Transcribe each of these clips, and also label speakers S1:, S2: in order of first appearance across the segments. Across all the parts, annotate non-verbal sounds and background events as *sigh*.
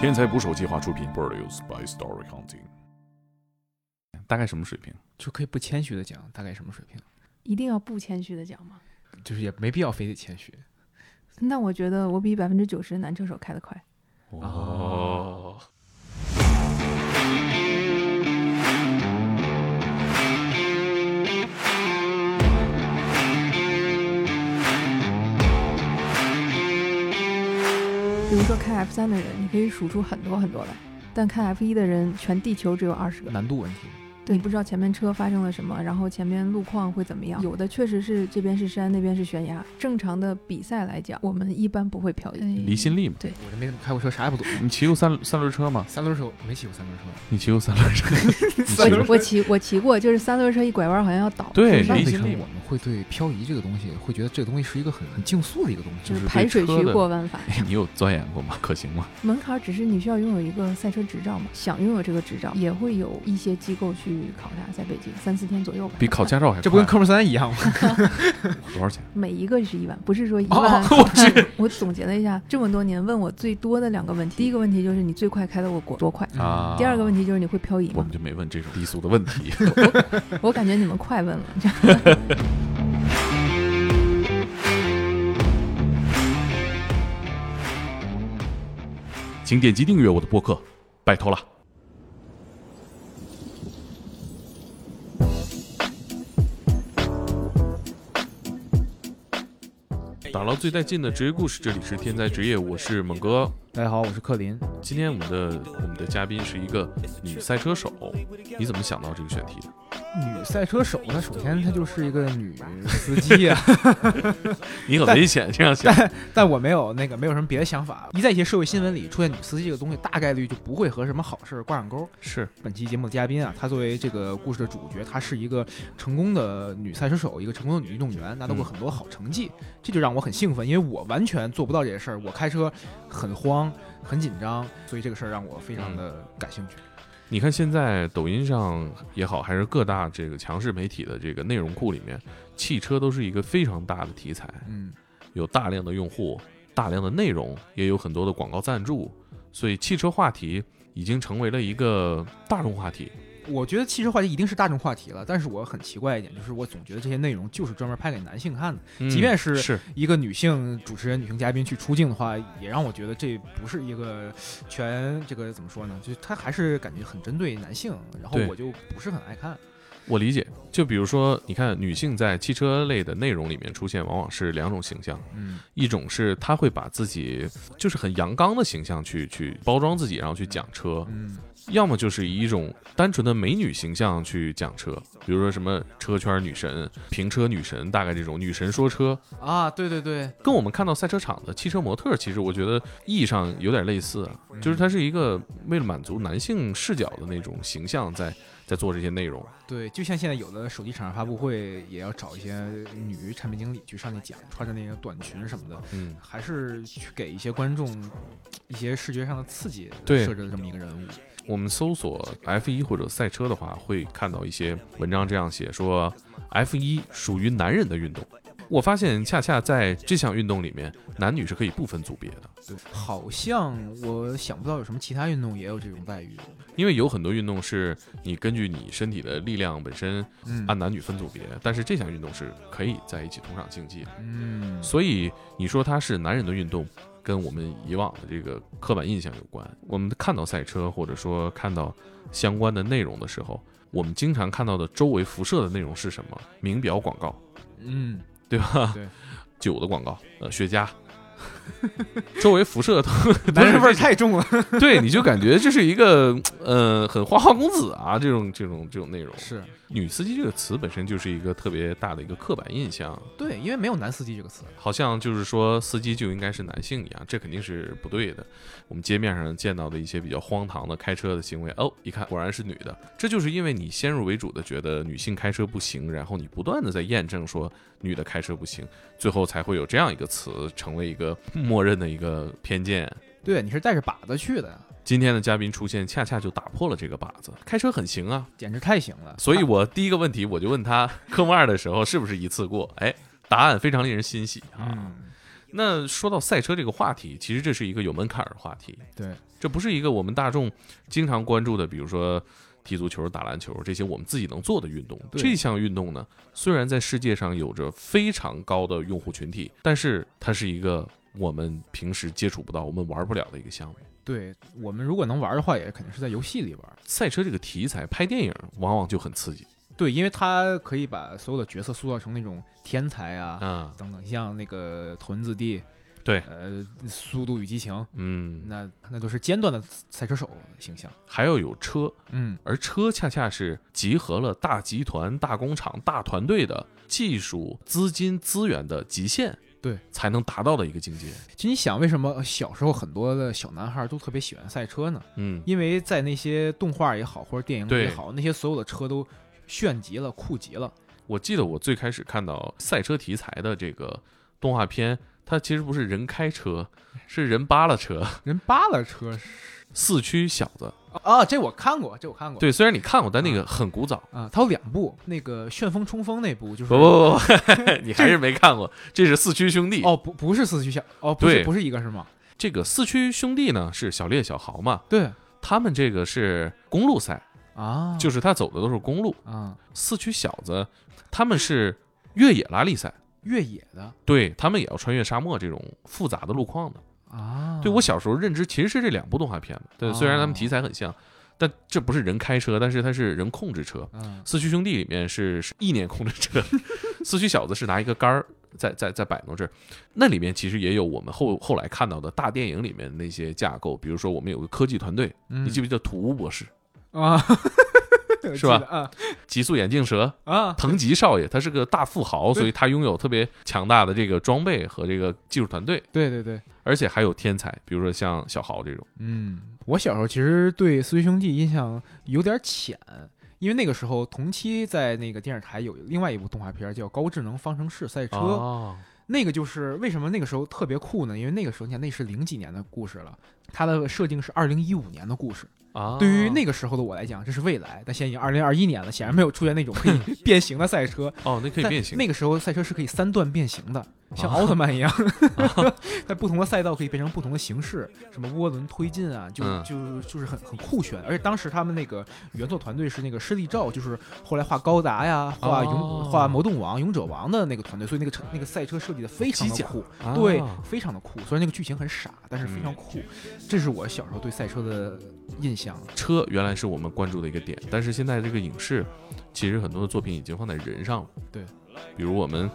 S1: 天才捕手计划出品，Produced by Story Hunting。大概什么水平？
S2: 就可以不谦虚的讲，大概什么水平？
S3: 一定要不谦虚的讲吗？
S2: 就是也没必要非得谦虚。
S3: 那我觉得我比百分之九十的男车手开得快。
S2: 哦，
S3: 比如说开 F 三的人，你可以数出很多很多来，但开 F 一的人，全地球只有二十个。
S2: 难度问题。
S3: 对，你不知道前面车发生了什么，然后前面路况会怎么样。有的确实是这边是山，那边是悬崖。正常的比赛来讲，我们一般不会漂移。
S1: 离心力嘛。
S2: 我这没怎么开过车，啥也不懂。
S1: 你骑过三三轮车吗？
S2: 三轮车我没骑过三轮车，
S1: 你骑过三轮车？你骑过
S3: 我我骑我骑过，就是三轮车一拐弯好像要倒，
S1: 对
S3: 是吧
S2: 那
S1: 离
S2: 为
S1: 心
S2: 什么
S1: 力
S2: 我们会对漂移这个东西会觉得这个东西是一个很很竞速的一个东西？
S3: 就是
S1: 对
S3: 排水
S1: 车
S3: 渠
S1: 的
S3: 过弯法。
S1: 哎你有钻研过吗？可行吗？
S3: 门槛只是你需要拥有一个赛车执照嘛，想拥有这个执照，也会有一些机构去考察，在北京三四天左右吧。
S1: 比考驾照还
S2: 这不跟
S1: 快
S2: 科目三一样吗？
S1: 多少钱？
S3: *laughs* 每一个是一万，不是说一万。
S2: 哦，我去，
S3: *laughs* 我总结了一下，这么多年问我最多的两个问题，第一个问题就是你最快开到过国多快，
S1: 啊？
S3: 嗯第二个问
S1: 题，
S3: 题就是你会漂移
S1: 啊我
S3: 吗
S1: 们？就没问这种低俗的问题。
S3: 我感觉你们快问了。 *laughs*
S1: 请点击订阅我的播客，拜托了。打捞最带劲的职业故事，这里是天才职业，我是猛哥。
S2: *laughs* 大家好，我是克林。
S1: 今天我们的我们的嘉宾是一个女赛车手，你怎么想到这个选题的？
S2: 女赛车手，她首先她就是一个女司机 *laughs* 啊，
S1: 你很危险，这样想。
S2: 但我没有那个没有什么别的想法。一在一些社会新闻里出现女司机这个东西，大概率就不会和什么好事挂上钩。
S1: *laughs* 是
S2: 本期节目的嘉宾啊，她作为这个故事的主角，她是一个成功的女赛车手，一个成功的女运动员，拿到
S1: 嗯
S2: 过很多好成绩，这就让我很兴奋，因为我完全做不到这些事儿，我开车很慌，很紧张，所以这个事儿让我非常的感兴趣。
S1: 你看现在抖音上也好，还是各大这个强势媒体的这个内容库里面，汽车都是一个非常大的题材。
S2: 嗯，
S1: 有大量的用户、大量的内容，也有很多的广告赞助，所以汽车话题已经成为了一个大众话题。
S2: 我觉得汽车话题一定是大众话题了，但是我很奇怪一点，就是我总觉得这些内容就是专门拍给男性看的。
S1: 嗯
S2: 即便是
S1: 是
S2: 一个女性主持人、女性嘉宾去出镜的话，也让我觉得这不是一个全这个怎么说呢？就是他还是感觉很针对男性，然后
S1: 对
S2: 我就不是很爱看。
S1: 我理解，就比如说，你看女性在汽车类的内容里面出现，往往是两种形象，
S2: 嗯，
S1: 一种是她会把自己就是很阳刚的形象去去包装自己，然后去讲车，
S2: 嗯，
S1: 要么就是以一种单纯的美女形象去讲车，比如说什么车圈女神、评车女神，大概这种女神说车，
S2: 啊，对对对，
S1: 跟我们看到赛车场的汽车模特儿，其实我觉得意义上有点类似啊，
S2: 嗯
S1: 就是它是一个为了满足男性视角的那种形象在，在做这些内容。
S2: 嗯对，就像现在有的手机厂商发布会也要找一些女产品经理去上去讲，穿着那个短裙什么的，
S1: 嗯，
S2: 还是去给一些观众一些视觉上的刺激，
S1: 对
S2: 设置了这么一个人物。
S1: 我们搜索 F 1或者赛车的话，会看到一些文章这样写说，F 1属于男人的运动。我发现恰恰在这项运动里面，男女是可以不分组别的，
S2: 对，好像我想不到有什么其他运动也有这种待遇。
S1: 因为有很多运动是你根据你身体的力量本身
S2: 嗯
S1: 按男女分组别，但是这项运动是可以在一起同场竞技的。
S2: 嗯，
S1: 所以你说它是男人的运动，跟我们以往的这个刻板印象有关。我们看到赛车或者说看到相关的内容的时候，我们经常看到的周围辐射的内容是什么？名表广告， *laughs*
S2: 嗯，
S1: 对吧？
S2: 对，
S1: 酒的广告，呃，雪
S2: *laughs*
S1: 茄。周围辐射的都
S2: 男人味
S1: 都
S2: 儿
S1: 是
S2: 太重了。
S1: 这 *laughs* 对，你就感觉这是一个呃很花花公子啊这种这种这种内容。
S2: 是
S1: 女司机这个词本身就是一个特别大的一个刻板印象，
S2: *laughs* 对，因为没有男司机这个词。
S1: 好像就是说司机就应该是男性一样，这肯定是不对的。我们街面上见到的一些比较荒唐的开车的行为，哦，一看果然是女的，这就是因为你先入为哦主的觉得女性开车不行，然后你不断的在验证说女的开车不行，最后才会有这样一个词成为一个默认的一个偏见。
S2: 对，你是带着靶子去的，
S1: 今天的嘉宾出现，恰恰就打破了这个靶子。开车很行啊，
S2: 简直太行了。
S1: 所以我第一个问题我就问他科目二的时候是不是一次过？哎，答案非常令人欣喜啊。
S2: 嗯，
S1: 那说到赛车这个话题，其实这是一个有门槛儿的话题，
S2: 对，
S1: 这不是一个我们大众经常关注的，比如说踢足球、打篮球这些我们自己能做的运动。
S2: 对
S1: 这项运动呢，虽然在世界上有着非常高的用户群体，但是它是一个我们平时接触不到、我们玩不了的一个项目。
S2: 对我们如果能玩的话，也肯定是在游戏里玩。
S1: 赛车这个题材，拍电影往往就很刺激
S2: 对，因为它可以把所有的角色塑造成那种天才啊，
S1: 啊，
S2: 等等，像那个头文字 D，
S1: 对
S2: 呃，速度与激情，
S1: 嗯，
S2: 那那都是尖端的赛车手形象。
S1: 还要有车，
S2: 嗯，
S1: 而车恰恰是集合了大集团、大工厂、大团队的技术、资金、资源的极限，
S2: 对，
S1: 才能达到的一个境界。
S2: 就你想，为什么小时候很多的小男孩都特别喜欢赛车呢？
S1: 嗯，
S2: 因为在那些动画也好，或者电影里也
S1: 对
S2: 好，那些所有的车都炫极了、酷极了。
S1: 我记得我最开始看到赛车题材的这个动画片，它其实不是人开车，是人扒拉车，
S2: 人扒拉车是
S1: 四驱小子。
S2: 啊，这我看过，这我看过。
S1: 对，虽然你看过，但那个很古早。
S2: 啊，它有两部，那个《旋风冲锋》那部就是
S1: 不不不不，你还是没看过，这是四驱兄弟。
S2: 哦，不不是四驱小哦，不
S1: 对
S2: 是不是一个是吗？
S1: 这个四驱兄弟呢是小烈、小豪嘛，
S2: 对
S1: 他们这个是公路赛，
S2: 啊，
S1: 就是他走的都是公路。
S2: 啊，
S1: 四驱小子，他们是越野拉力赛，
S2: 越野的
S1: 对他们也要穿越沙漠这种复杂的路况的。
S2: 啊，
S1: 对我小时候认知其实是这两部动画片嘛，对，虽然他们题材很像，但这不是人开车，但是它是人控制车。
S2: 嗯
S1: 四驱兄弟里面是是意念控制车， *laughs* 四驱小子是拿一个杆儿在在在摆弄这儿，那里面其实也有我们后后来看到的大电影里面那些架构，比如说我们有个科技团队，
S2: 嗯
S1: 你记不记得土屋博士、
S2: 啊，
S1: 是吧
S2: 啊
S1: 极速眼镜蛇、
S2: 啊，
S1: *laughs* 藤吉少爷，他是个大富豪，
S2: 对
S1: 所以他拥有特别强大的这个装备和这个技术团队，
S2: 对对对，
S1: 而且还有天才，比如说像小豪这种。
S2: 嗯，我小时候其实对四驱兄弟印象有点浅，因为那个时候同期在那个电视台有另外一部动画片叫《高智能方程式赛车》，
S1: 哦，
S2: 那个就是为什么那个时候特别酷呢？因为那个时候你看那是零几年的故事了，它的设定是二零一五年的故事，
S1: 啊
S2: 对于那个时候的我来讲这是未来，但现在已经二零二一年了，显然没有出现那种可以变形的赛车，
S1: 哦，那可以
S2: 但
S1: 变形，
S2: 那个时候赛车是可以三段变形的，像
S1: 啊
S2: 奥特
S1: *laughs*
S2: 曼一样，在不同的赛道可以变成不同的形式，什么涡轮推进啊，就
S1: 嗯
S2: 就就是很很酷炫。而且当时他们那个原作团队是那个施利照，就是后来画高达呀、画勇、
S1: 哦
S2: 画魔动王、勇者王的那个团队，所以那个车那个赛车设计的非常
S1: 机
S2: 的
S1: 甲
S2: 酷，
S1: 啊
S2: 对，非常的酷。虽然那个剧情很傻，但是非常
S1: 嗯
S2: 酷。这是我小时候对赛车的印象。
S1: 车原来是我们关注的一个点，但是现在这个影视，其实很多的作品已经放在人上了。
S2: 对，
S1: 比如我们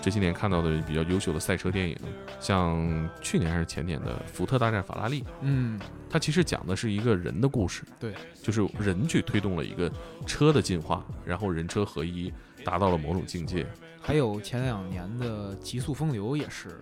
S1: 这些年看到的比较优秀的赛车电影，像去年还是前年的《福特大战法拉利》，
S2: 嗯，
S1: 它其实讲的是一个人的故事，
S2: 对，
S1: 就是人去推动了一个车的进化，然后人车合一，达到了某种境界。
S2: 还有前两年的《极速风流》也是，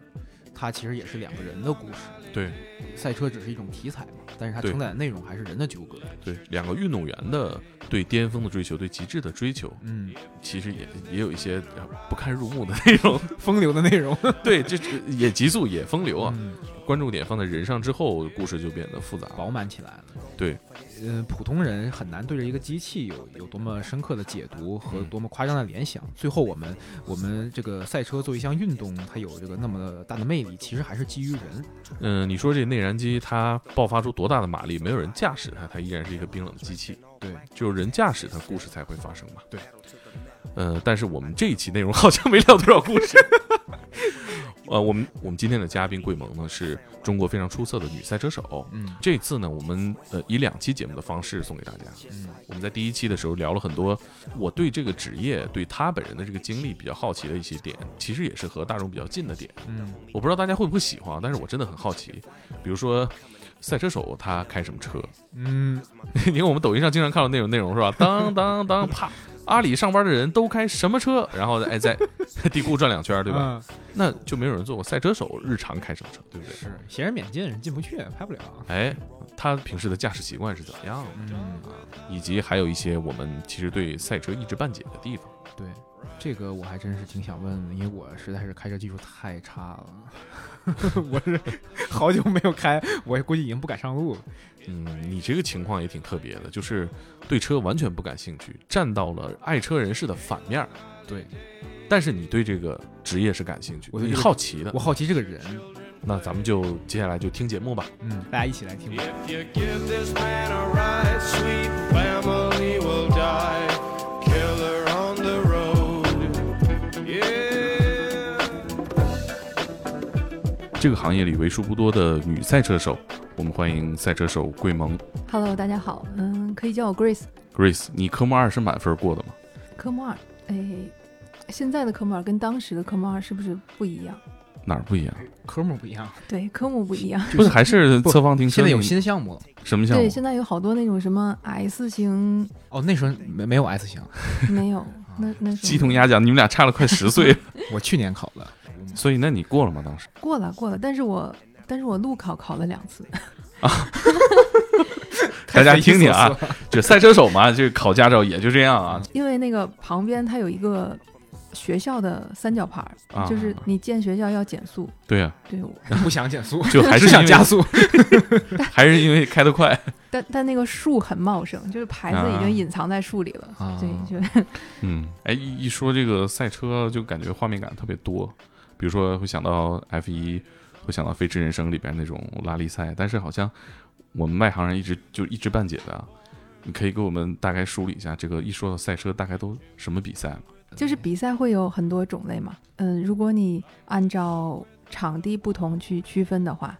S2: 它其实也是两个人的故事。
S1: 对
S2: 赛车只是一种题材嘛，但是它
S1: 对
S2: 承载的内容还是人的纠葛。
S1: 对，两个运动员的对巅峰的追求，对极致的追求，
S2: 嗯，
S1: 其实也也有一些呃不堪入目的内容。
S2: 风流的内容。
S1: 对，这这也急速也风流啊。
S2: 嗯，
S1: 关注点放在人上之后，故事就变得复杂了。
S2: 饱满起来了。
S1: 对，
S2: 嗯，普通人很难对着一个机器有有多么深刻的解读和
S1: 嗯
S2: 多么夸张的联想。最后，我们我们这个赛车作为一项运动，它有这个那么大的魅力，其实还是基于人。
S1: 嗯，你说这内燃机它爆发出多大的马力，没有人驾驶它，它依然是一个冰冷的机器。
S2: 对，
S1: 只有人驾驶它，故事才会发生嘛。
S2: 对，
S1: 呃，但是我们这一期内容好像没聊多少故事。呃，我们我们今天的嘉宾桂萌呢，是中国非常出色的女赛车手。
S2: 嗯
S1: 这次呢，我们呃以两期节目的方式送给大家。
S2: 嗯
S1: 我们在第一期的时候聊了很多我对这个职业、对她本人的这个经历比较好奇的一些点，其实也是和大众比较近的点。
S2: 嗯
S1: 我不知道大家会不会喜欢，但是我真的很好奇，比如说。赛车手他开什么车？
S2: 嗯，
S1: 因为我们抖音上经常看到那种内容是吧？当当当，啪！阿里上班的人都开什么车？然后哎，
S2: *laughs*
S1: 在地库转两圈，对吧？
S2: 吧？
S1: 那就没有人做过赛车手日常开什么车，对不对？
S2: 嗯是闲人免进，人进不去，拍不了。
S1: 哎，他平时的驾驶习惯是怎么样的？啊
S2: 嗯，
S1: 以及还有一些我们其实对赛车一知半解的地方。
S2: 对，这个我还真是挺想问的，因为我实在是开车技术太差了， *laughs* 我是好久没有开，我估计已经不敢上路了。
S1: 嗯，你这个情况也挺特别的，就是对车完全不感兴趣，站到了爱车人士的反面儿。
S2: 对
S1: 但是你对这个职业是感兴趣，
S2: 我对
S1: 你
S2: 这个
S1: 好奇的
S2: 我。好奇这个人，
S1: 那咱们就接下来就听节目吧。
S2: 嗯，大家一起来听吧。
S4: If you give this man a ride, sweet family will die. Killer on the road. Yeah.
S1: 这个行业里为数不多的女赛车手，我们欢迎赛车手桂萌
S3: Hello，大家好，嗯，可以叫我 Grace，
S1: Grace。你科目二是满分过的吗？
S3: 科目二，哎，现在的科目二跟当时的科目二是不是不一样？
S1: 哪儿不一样？
S2: 科目不一样，
S3: 对，科目不一样。
S1: 不是，还是侧方停车？
S2: 现在有新项目了。
S1: 什么项目
S3: 对，？现在有好多那种什么 S 型，
S2: 哦，那时候没没有 S 型，
S3: *laughs* 没有，那那
S1: 啊鸡
S3: 是
S1: 同鸭讲，你们俩差了快十岁，
S2: 我去年考的。
S1: 所以那你过了吗？当时
S3: 过了过了，但是我但是我路考考了两次，
S1: *laughs* 大家听听
S2: 太匪
S1: 啊
S2: 夷所，思了，
S1: 这赛车手嘛，这考驾照也就这样啊
S3: 因为那个旁边它有一个学校的三角牌儿，
S1: 啊，
S3: 就是你进学校要减速，
S1: 对啊，
S3: 对，我
S2: 不想减速，
S1: 就 *laughs* 还是
S2: 只想
S1: 因为
S2: 加速。
S1: 还是因为开得快。
S3: 但但那个树很茂盛，就是牌子已
S1: 啊
S3: 经隐藏在树里了，
S2: 啊
S3: 对，就
S1: 嗯，哎，一一说这个赛车，就感觉画面感特别多，比如说会想到 F 一，会想到《飞驰人生》里边那种拉力赛，但是好像我们外行人一直就一知半解的啊。你可以给我们大概梳理一下，这个一说到赛车，大概都什么比赛吗？
S3: *laughs* 就是比赛会有很多种类嘛，嗯，如果你按照场地不同去区分的话，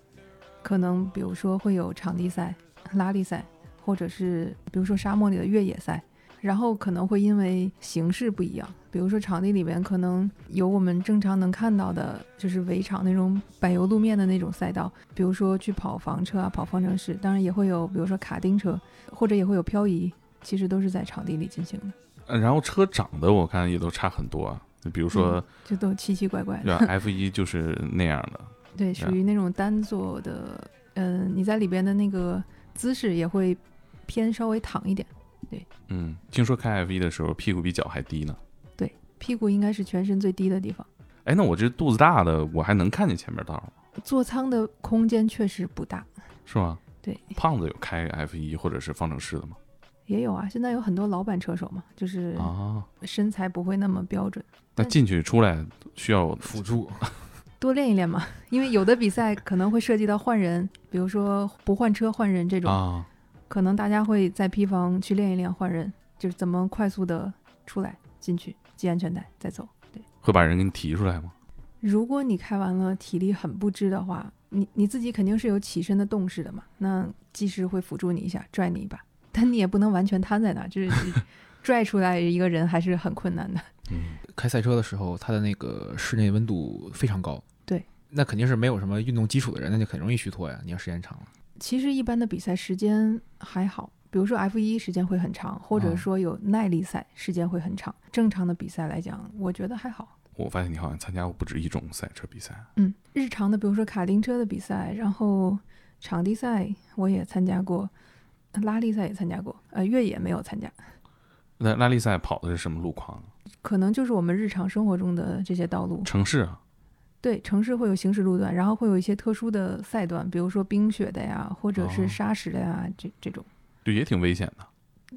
S3: 可能比如说会有场地赛、拉力赛，或者是比如说沙漠里的越野赛，然后可能会因为形式不一样，比如说场地里面可能有我们正常能看到的，就是围场那种柏油路面的那种赛道，比如说去跑房车啊、跑方程式，当然也会有比如说卡丁车，或者也会有漂移，其实都是在场地里进行的，
S1: 呃然后车长得我看也都差很多啊，就比如说
S3: 嗯就都奇奇怪怪的。
S1: 对吧 F 一就是那样的，
S3: 对，
S1: 啊
S3: 属于那种单坐的，嗯、你在里边的那个姿势也会偏稍微躺一点，
S1: *laughs* 嗯，听说开 F 一的时候屁股比脚还低呢。
S3: 屁股应该是全身最低的地方。
S1: 哎，那我这肚子大的，我还能看见前面道儿
S3: 座舱的空间确实不大，
S1: 是吗？
S3: 对，
S1: 胖子有开 F 一或者是方程式的吗？
S3: 也有啊。现在有很多老板车手嘛，就是
S1: 啊，
S3: 身材不会那么标准，
S1: 那
S3: 但
S1: 进去出来需要
S2: 辅助
S3: 多练一练嘛。 *laughs* 因为有的比赛可能会涉及到换人，比如说不换车换人这种，
S1: 啊，
S3: 可能大家会在披房去练一练换人，就是怎么快速的出来进去系安全带再走。
S1: 会把人给你提出来吗？
S3: 如果你开完了体力很不支的话，你你自己肯定是有起身的动势的嘛，那技师会辅助你一下，拽你一把，但你也不能完全瘫在那儿，就是 *laughs* 拽出来一个人还是很困难的。
S1: 嗯，
S2: 开赛车的时候，它的那个室内温度非常高。
S3: 对，
S2: 那肯定是没有什么运动基础的人，那就很容易虚脱呀。你要时间长了，
S3: 其实一般的比赛时间还好，比如说 F 一时间会很长，或者
S2: 嗯
S3: 说有耐力赛时间会很长。正常的比赛来讲，我觉得还好。
S1: 我发现你好像参加过不止一种赛车比赛，
S3: 嗯，日常的，比如说卡丁车的比赛，然后场地赛我也参加过，拉力赛也参加过，呃，越野没有参加。
S1: 那拉力赛跑的是什么路况啊？
S3: 可能就是我们日常生活中的这些道路。
S1: 城市啊，
S3: 对，城市会有行驶路段，然后会有一些特殊的赛段，比如说冰雪的呀，或者
S1: 哦
S3: 是沙石的呀，这这种，
S1: 对，也挺危险的。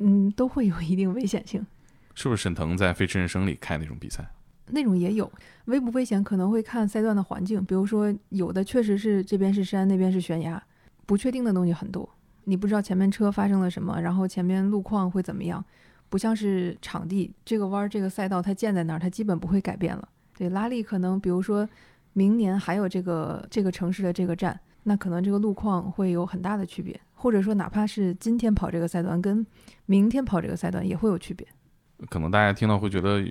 S3: 嗯，都会有一定危险性。
S1: 是不是沈腾在《飞驰人生》里开那种比赛？
S3: 那种也有，危不危险可能会看赛段的环境，比如说有的确实是这边是山，那边是悬崖，不确定的东西很多，你不知道前面车发生了什么，然后前面路况会怎么样，不像是场地这个弯儿这个赛道它建在那儿，它基本不会改变了。对，拉力可能比如说明年还有这个这个城市的这个站，那可能这个路况会有很大的区别，或者说哪怕是今天跑这个赛段跟明天跑这个赛段也会有区别。
S1: 可能大家听到会觉得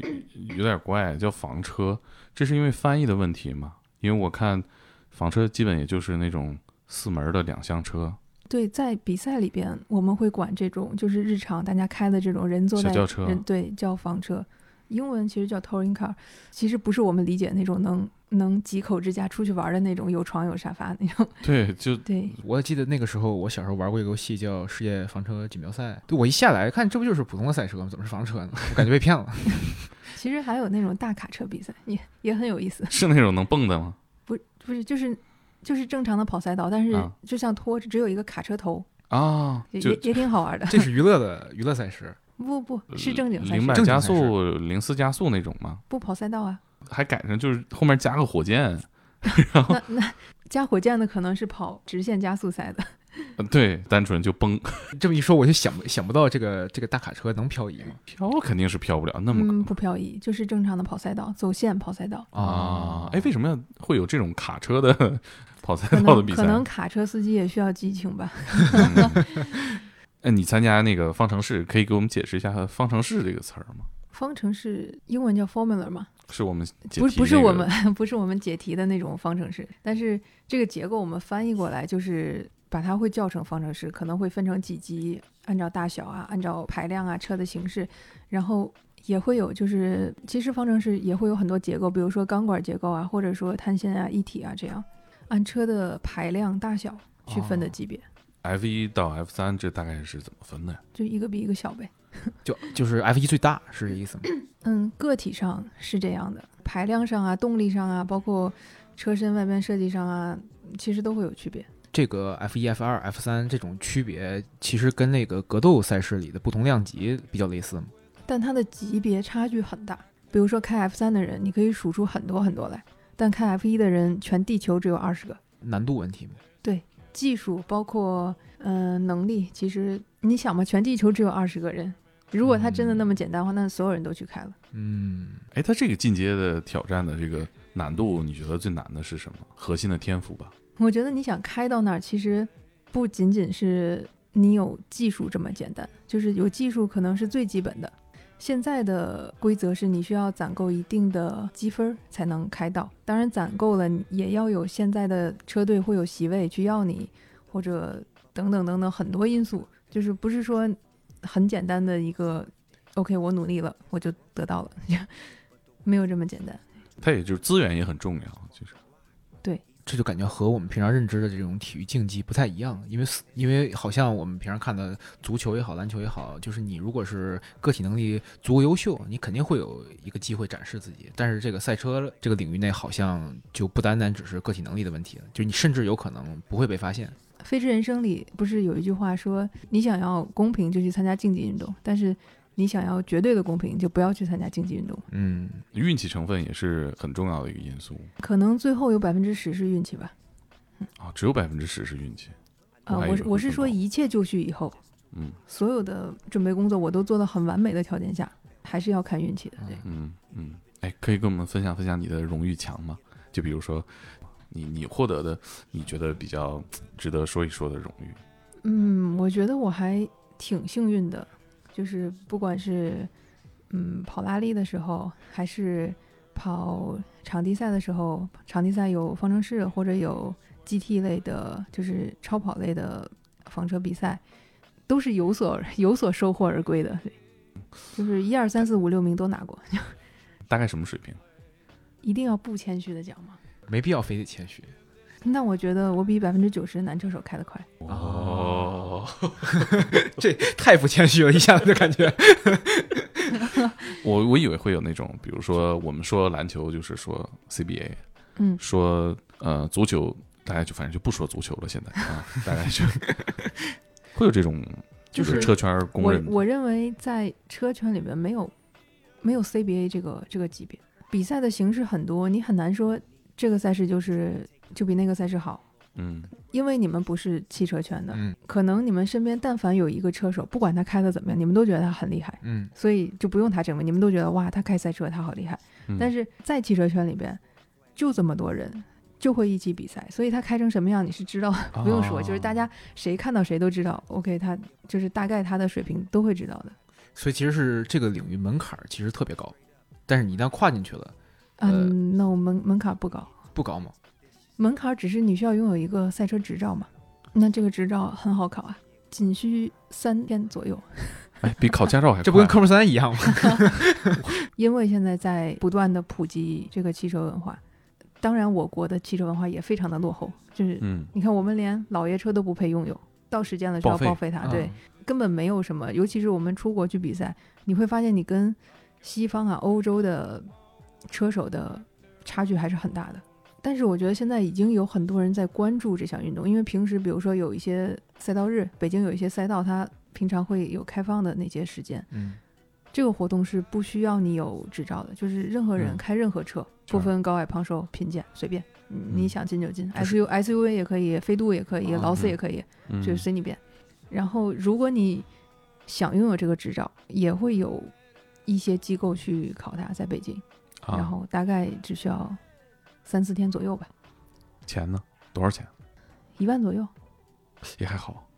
S1: 有点怪，叫房车，这是因为翻译的问题吗？因为我看房车基本也就是那种四门的两厢车，
S3: 对，在比赛里边，我们会管这种就是日常大家开的这种人坐
S1: 小
S3: 在
S1: 轿车
S3: 人对叫房车，英文其实叫 touring car，其实不是我们理解那种能能几口之家出去玩的那种，有床有沙发那种。
S1: 对，就
S3: 对，
S2: 我记得那个时候，我小时候玩过一个游戏叫《世界房车锦标赛》，对我一下来看，这不就是普通的赛车吗？怎么是房车呢？我感觉被骗了。
S3: 其实还有那种大卡车比赛，也也很有意思。
S1: 是那种能蹦的吗？
S3: 不，不是，就是就是正常的跑赛道，但是
S1: 啊
S3: 就像拖着，只有一个卡车头，
S1: 啊，
S3: 也
S1: 就呃
S3: 也也挺好玩的。
S2: 这是娱乐的娱乐赛事，
S3: 不不，是正经赛
S1: 零
S3: 事
S1: 百
S2: 正经
S1: 加
S2: 赛事
S1: 速、零四加速那种吗？
S3: 不跑赛道啊。
S1: 还改成就是后面加个火箭，
S3: 那那加火箭的可能是跑直线加速赛的，
S1: 呃对，单纯就崩
S2: 这么一说我就想不想不到这个这个大卡车能漂移吗？
S1: 飘，肯定是飘不了那么
S3: 嗯，不漂移，就是正常的跑赛道，走线跑
S1: *laughs*
S3: 赛道。
S1: 啊。哎，为什么要会有这种卡车的 *laughs* 跑赛
S3: 可
S1: 道的
S3: 能
S1: 比
S3: 可
S1: 赛？*laughs*
S3: 能卡车司机也需要激情吧。
S1: 哎，你参加那个方程式，可以给我们解释一下“方程式”这个词儿吗？
S3: 方程式英文叫 formula 嘛，
S1: 是我们解
S3: 不
S1: 题
S3: 是不是
S1: 那个
S3: 我们 *laughs* 不是我们解题的那种方程式，但是这个结构我们翻译过来就是把它会叫成方程式，可能会分成几级，按照大小啊，按照排量啊，车的形式，然后也会有就是其实方程式也会有很多结构，比如说钢管结构啊，或者说碳纤啊、一体啊这样，按车的排量大小去分的
S1: 哦
S3: 级别，
S1: F 一到 F 三，这大概是怎么分的呀？
S3: 就一个比一个小呗。
S2: 就就是 F 一最大是这意思吗？
S3: 嗯，个体上是这样的，排量上啊、动力上啊，包括车身外面设计上啊，其实都会有区别。
S2: 这个 F 一、F 二、F 三这种区别，其实跟那个格斗赛事里的不同量级比较类似嘛。
S3: 但它的级别差距很大。比如说开 F 三的人，你可以数出很多很多来，但开 F 一的人，全地球只有二十个。
S2: 难度问题嘛。
S3: 技术包括嗯、呃能力，其实你想嘛，全地球只有二十个人。如果它真的那么简单的话，那所有人都去开了。
S2: 嗯，
S1: 哎，它这个进阶的挑战的这个难度，你觉得最难的是什么？核心的天赋吧。
S3: 我觉得你想开到那儿，其实不仅仅是你有技术这么简单，就是有技术可能是最基本的。现在的规则是你需要攒够一定的积分儿才能开到，当然攒够了你也要有现在的车队会有席位去要你，或者等等等等很多因素，就是不是说很简单的一个 OK 我努力了我就得到了， *laughs* 没有这么简单。
S1: 它也就是资源也很重要，就是
S2: 这就感觉和我们平常认知的这种体育竞技不太一样，因为因为好像我们平常看的足球也好，篮球也好，就是你如果是个体能力足够优秀，你肯定会有一个机会展示自己。但是这个赛车这个领域内，好像就不单单只是个体能力的问题了，就你甚至有可能不会被发现。
S3: 《飞驰人生》里不是有一句话说，你想要公平就去参加竞技运动，但是你想要绝对的公平就不要去参加竞技运动。
S2: 嗯，
S1: 运气成分也是很重要的一个因素
S3: 可能最后有百分之十是运气吧。
S1: 啊。只有百分之十是运气。
S3: 啊、
S1: 还以
S3: 我
S1: 为
S3: 是
S1: 会
S3: 我是
S1: 更
S3: 说
S1: 高
S3: 一切就绪以后，
S1: 嗯
S3: 所有的准备工作我都做到很完美的条件下，还是要看运气的。对，
S1: 嗯嗯。哎，可以跟我们分享分享你的荣誉墙吗？就比如说，你你获得的，你觉得比较值得说一说的荣誉。
S3: 嗯，我觉得我还挺幸运的，就是不管是嗯跑拉力的时候，还是跑场地赛的时候，场地赛有方程式或者有 GT 类的，就是超跑类的房车比赛，都是有所有所收获而归的，就是一二三四五六名都拿过，
S1: 大概什么水平？
S3: 一定要不谦虚的讲嘛。
S2: 没必要非得谦虚。 *laughs*
S3: 那我觉得我比百分之九十男车手开得快，
S1: 哦，
S2: 这太不谦虚了，一下子就感觉
S1: 我我以为会有那种，比如说我们说篮球就是说 CBA，
S3: 嗯，
S1: 说呃足球，大家就反正就不说足球了，现在啊，大概就会有这种
S3: 就是
S1: 车圈儿公
S3: 我
S1: 认的
S3: 我认为在车圈里面没有没有 CBA 这个这个级别，比赛的形式很多，你很难说这个赛事就是就比那个赛事好，
S1: 嗯
S3: 因为你们不是汽车圈的，
S2: 嗯
S3: 可能你们身边但凡有一个车手，不管他开的怎么样，你们都觉得他很厉害，
S2: 嗯
S3: 所以就不用他证明，你们都觉得哇，他开赛车他好厉害。
S1: 嗯
S3: 但是在汽车圈里边，就这么多人。就会一起比赛，所以他开成什么样你是知道的， *laughs* 不用
S2: 啊
S3: 说，就是大
S1: 哦
S3: 家谁看到谁都知道。OK，他就是大概他的水平都会知道的。
S2: 所以其实是这个领域门槛儿其实特别高，但是你一旦跨进去了，呃
S3: 嗯，那我门门槛不高，
S2: 不高吗？
S3: 门槛只是你需要拥有一个赛车执照嘛。那这个执照很好考啊，仅需三天左右。
S1: 哎，比考驾照还
S2: *laughs* 这不跟
S1: 快
S2: 科目三一样吗？
S3: 因为现在在不断的普及这个汽车文化，当然，我国的汽车文化也非常的落后，就是
S1: 嗯，
S3: 你看，我们连老爷车都不配拥有，到时间了是
S1: 报
S3: 要
S1: 废
S3: 报废它，
S2: 啊
S3: 对，根本没有什么。尤其是我们出国去比赛，你会发现你跟西方啊、欧洲的车手的差距还是很大的。但是我觉得现在已经有很多人在关注这项运动，因为平时比如说有一些赛道日，北京有一些赛道，它平常会有开放的那些时间，
S2: 嗯，
S3: 这个活动是不需要你有执照的，就是任何人
S2: 嗯
S3: 开任何车，不分高矮胖瘦、贫贱，随便，嗯
S1: 嗯
S3: 你想进就进。
S2: 就
S3: SU SUV 也可以，飞度也可以，
S2: 哦
S3: 劳斯
S1: 嗯
S3: 也可以，
S1: 嗯
S3: 就是随你便。然后，如果你想拥有这个执照，也会有一些机构去考它，在北京，
S1: 啊
S3: 然后大概只需要三四天左右吧，
S1: 钱呢？多少钱？
S3: 一万左右。嗯
S1: 也还好，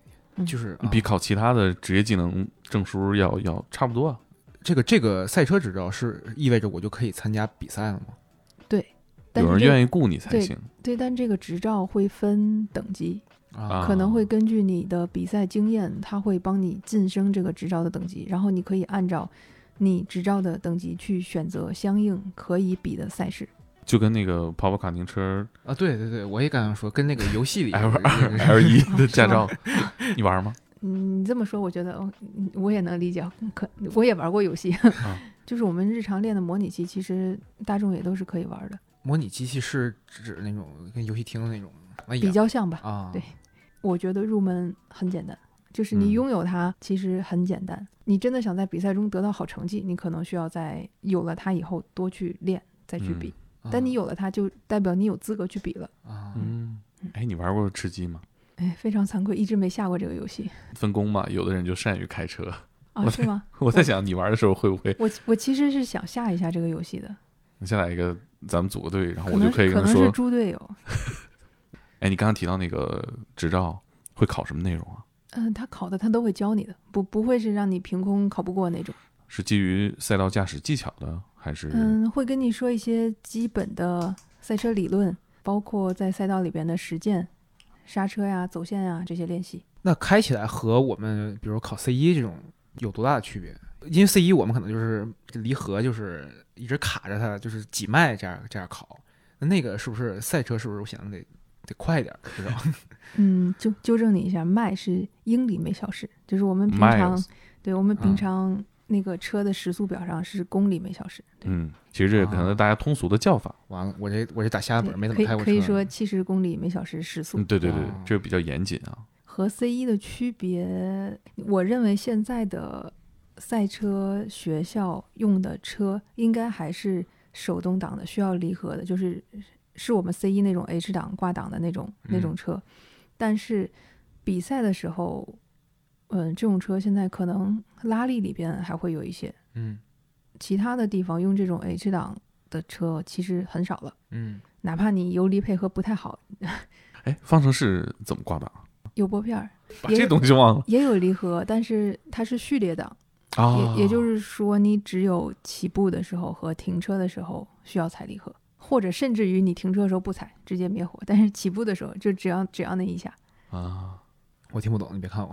S2: 就是、啊、
S1: 比考其他的职业技能证书要要差不多啊。
S2: 这个这个赛车执照是意味着我就可以参加比赛了吗？
S3: 但
S1: 有人
S3: 是这
S1: 愿意雇你才
S3: 对
S1: 行
S3: 对，但这个执照会分等级，
S1: 啊，
S3: 可能会根据你的比赛经验，它会帮你晋升这个执照的等级，然后你可以按照你执照的等级去选择相应可以比的赛事。
S1: 就跟那个跑跑卡丁车
S2: 啊，对对对，我也刚想说，跟那个游戏里
S1: L
S2: 也
S1: 二
S2: 是
S1: *laughs* L 一的
S3: *laughs* 是
S1: 驾照
S3: 吗，
S1: *laughs* 你玩吗？
S3: 嗯，你这么说，我觉得哦嗯我也能理解，可我也玩过游戏，
S1: 啊
S3: *laughs* 就是我们日常练的模拟器，其实大众也都是可以玩
S1: 哎
S3: 的，
S2: 模拟机器是指那种跟游戏厅的那种哎呀
S3: 比较像吧。
S2: 啊，
S3: 对我觉得入门很简单，就是
S1: 嗯
S3: 你拥有它其实很简单。你真的想在比赛中得到好成绩，你可能需要在有了它以后多去练，再去比。
S2: 啊
S3: 但你有了它，就代表你有资格去比了。
S2: 啊，
S1: 嗯，哎，你玩过吃鸡吗？
S3: 哎，非常惭愧，一直没下过这个游戏
S1: 分工嘛，有的人就善于开车。 *laughs*
S3: 啊，
S1: 我
S3: 是吗？
S1: 我在想，你玩的时候会不会
S3: 我我其实是想下一下这个游戏的，
S1: 你下来一个咱们组个队，然后
S3: 可
S1: 我就
S3: 能
S1: 可以
S3: 是可
S1: 跟他
S3: 能是
S1: 说，
S3: 猪队友。
S1: 哎，你刚刚提到那个执照会考什么内容啊？
S3: 嗯，他考的他都会教你的，不不会是让你凭空考不过那种。
S1: 是基于赛道驾驶技巧的，还是
S3: 嗯，会跟你说一些基本的赛车理论，包括在赛道里边的实践，刹车呀、走线呀这些练习。
S2: 那开起来和我们比如考 C 一这种有多大的区别？因为 C 一我们可能就是离合就是一直卡着它，就是几迈这样这样考。那那个是不是赛车？是不是我想的得得快一点？知道
S3: 嗯，纠纠正你一下，迈是英里每小时，就是我们平常
S1: miles？
S3: 对我们
S2: 嗯
S3: 平常那个车的时速表上是公里每小时。对
S1: 嗯，其实这个可
S3: 哦
S1: 能大家通俗的叫法。
S2: *laughs* 完了，我这我这打瞎
S3: 对
S2: 本没怎
S3: 可
S2: 么
S3: 以
S2: 开过车。
S3: 可以说七十公里每小时时速
S1: 嗯，对对对
S2: 哦，
S1: 这个比较严谨啊。
S3: 和 C 一的区别，我认为现在的赛车学校用的车应该还是手动挡的，需要离合的，就是是我们 C 一那种 H 档挂档的那种
S1: 嗯
S3: 那种车。但是比赛的时候，嗯，这种车现在可能拉力里边还会有一些，
S2: 嗯
S3: 其他的地方用这种 H 档的车其实很少了。
S2: 嗯
S3: 哪怕你油离配合不太好，
S1: 哎，方程式怎么挂档？
S3: 油拨片儿
S1: 把
S3: 也
S1: 这东西忘了
S3: 也有离合，但是它是序列档。
S1: 啊！
S3: 也也就是说，你只有起步的时候和停车的时候需要踩离合，或者甚至于你停车的时候不踩，直接灭火。但是起步的时候就只要只要那一下，
S1: 啊。
S2: 我听不懂，你别看我。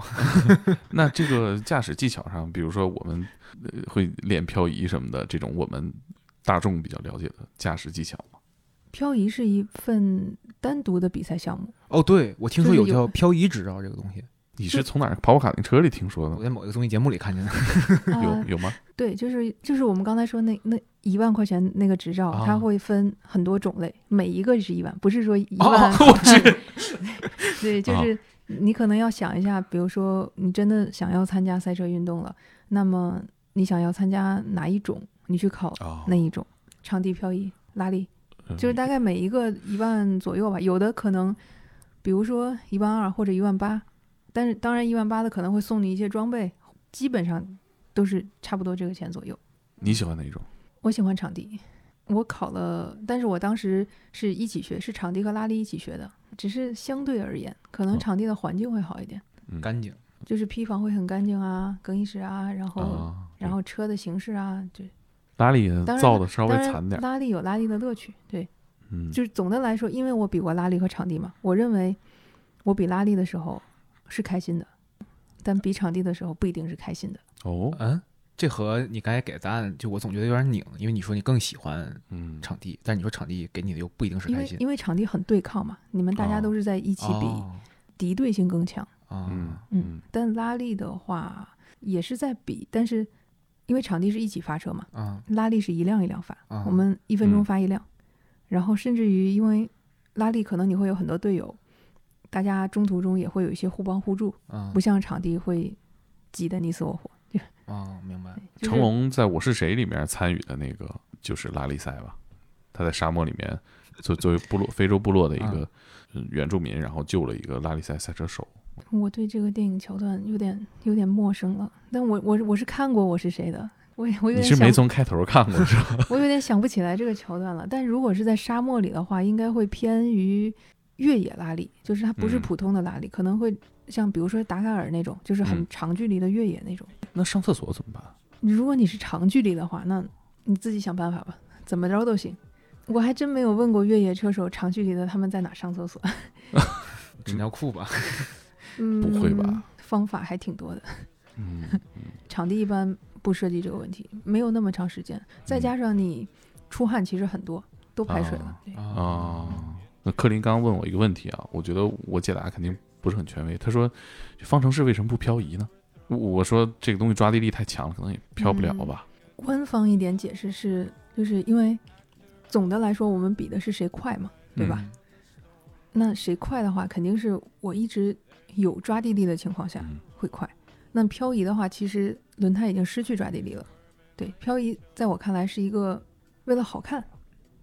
S1: 那这个驾驶技巧上，比如说我们呃会练漂移什么的，这种我们大众比较了解的驾驶技巧吗？
S3: 漂移是一份单独的比赛项
S1: *laughs*
S3: 目。
S2: 哦，对，我听说
S3: 就
S2: 有
S3: 是有
S2: 叫漂移执照这个东西，
S1: 你是从哪儿跑跑卡丁车里听说的
S2: 我
S1: 吗？
S2: 在某一个综艺节目里看见的。
S1: 有
S3: 啊，
S1: 有吗？
S3: 对，就是就是我们刚才说那那一万块钱那个执照，
S1: 啊
S3: 它会分很多种类，每一个是一万，不是说一
S2: 哦
S3: 万。
S1: *laughs*
S2: 我知
S3: *laughs* 对，就
S1: 啊
S3: 是你可能要想一下，比如说你真的想要参加赛车运动了，那么你想要参加哪一种，你去考
S1: 啊
S3: 那一种，场地漂移、拉力，
S1: 嗯
S3: 就是大概每一个一万左右吧，有的可能，比如说一万二或者一万八，但是当然一万八的可能会送你一些装备，基本上都是差不多这个钱左右。
S1: 你喜欢哪种？
S3: 我喜欢场地，我考了，但是我当时是一起学，是场地和拉力一起学的，只是相对而言，可
S1: 哦
S3: 能场地的环境会好一点，
S2: 干净，
S3: 就是坯房会很干净啊，更衣室啊，然后、
S1: 啊，
S3: 然后车的形式啊，就
S1: 拉力呢
S3: 当然
S1: 造的稍微
S3: 当然
S1: 惨点儿，
S3: 拉力有拉力的乐趣，对，
S1: 嗯，
S3: 就是总的来说，因为我比过拉力和场地嘛，我认为我比拉力的时候是开心的，但比场地的时候不一定是开心的。
S1: 哦，
S2: 嗯，这和你刚才给的答案，就我总觉得有点拧，因为你说你更喜欢
S1: 嗯，
S2: 场地，但是你说场地给你的又不一定是
S3: 因
S2: 开
S3: 为
S2: 心。
S3: 因为场地很对抗嘛，你们大家
S1: 哦
S3: 都是在一起比，
S2: 哦
S3: 敌对性更强。
S2: 啊，
S1: 嗯
S3: 嗯，但拉力的话也是在比，但是因为场地是一起发车嘛，
S2: 啊
S3: 拉力是一辆一辆发，
S2: 啊
S3: 我们一分钟
S1: 嗯
S3: 发一辆，然后甚至于因为拉力可能你会有很多队友，大家中途中也会有一些互帮互助，
S2: 啊
S1: 嗯
S3: 不像场地会挤得你死我活。 *laughs* 就
S2: 啊，明白。
S3: 就是
S1: 成龙在《我是谁》里面参与的那个就是拉力赛吧，他在沙漠里面作作为部落非洲部落的一
S3: 嗯
S1: 个呃原住民，然后救了一个拉力赛赛车手。
S3: 我对这个电影桥段有点有点陌生了，但我我我是看过我是谁的，我也我有
S1: 你
S3: 点
S1: 是
S3: 想
S1: 没从开头看过是吧？
S3: 我有点想不起来这个桥段了。但如果是在沙漠里的话，应该会偏于越野拉力，就是它不是
S1: 嗯
S3: 普通的拉力，可能会像比如说达喀尔那种，就是很
S1: 嗯
S3: 长距离的越野 *laughs* 那种。
S1: 那上厕所怎么办？
S3: 你如果你是长距离的话，那你自己想办法吧，怎么着都行。我还真没有问过越野车手长距离的他们在哪上厕所。
S2: 纸尿裤吧，
S3: 嗯，
S1: *laughs* 不会吧？
S3: 方法还挺多的，
S1: 嗯，
S3: 场地一般不涉及这个问题，没有那么长时间，再加上你出汗其实很多，都排水了。
S1: 嗯哦
S3: 对
S1: 啊，那克林刚问我一个问题啊，我觉得我解答肯定不是很权威。他说，方程式为什么不漂移呢？我说这个东西抓地力太强了，可能也飘不了吧。
S3: 官方一点解释是，就是因为总的来说，我们比的是谁快嘛，对吧？
S2: 嗯？
S3: 那谁快的话，肯定是我一直有抓地力的情况下
S1: 嗯
S3: 会快。那漂移的话，其实轮胎已经失去抓地力了。对，漂移在我看来是一个为了好看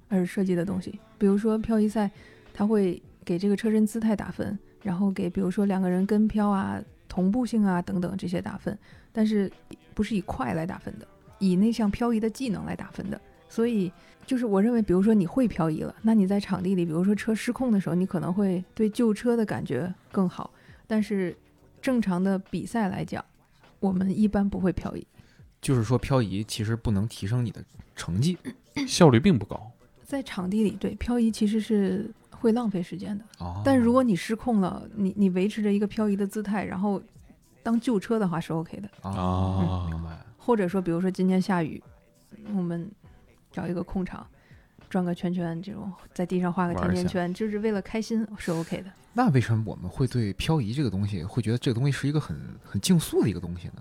S3: 而设计的东西。比如说漂移赛，它会给这个车身姿态打分，然后给比如说两个人跟漂啊、同步性啊等等这些打分，但是不是以快来打分的，以那项漂移的技能来打分的。所以就是我认为，比如说你会漂移了，那你在场地里，比如说车失控的时候，你可能会对救车的感觉更好。但是正常的比赛来讲，我们一般不会漂移。
S2: 就是说漂移其实不能提升你的成绩
S3: 嗯
S1: 效率并不高。
S3: 在场地里，对漂移其实是会浪费时间的。
S2: 哦
S3: 但如果你失控了，你你维持着一个漂移的姿态，然后当救车的话是 OK 的。
S2: 啊，
S1: 嗯
S2: 明白。
S3: 或者说，比如说今天下雨，我们找一个空场，转个圈圈，这种在地上画个
S1: 玩
S3: 甜
S1: 一
S3: 甜
S1: 下
S3: 圈，就是为了开心是 OK 的。
S2: 那为什么我们会对漂移这个东西会觉得这个东西是一个很很竞速的一个东西呢？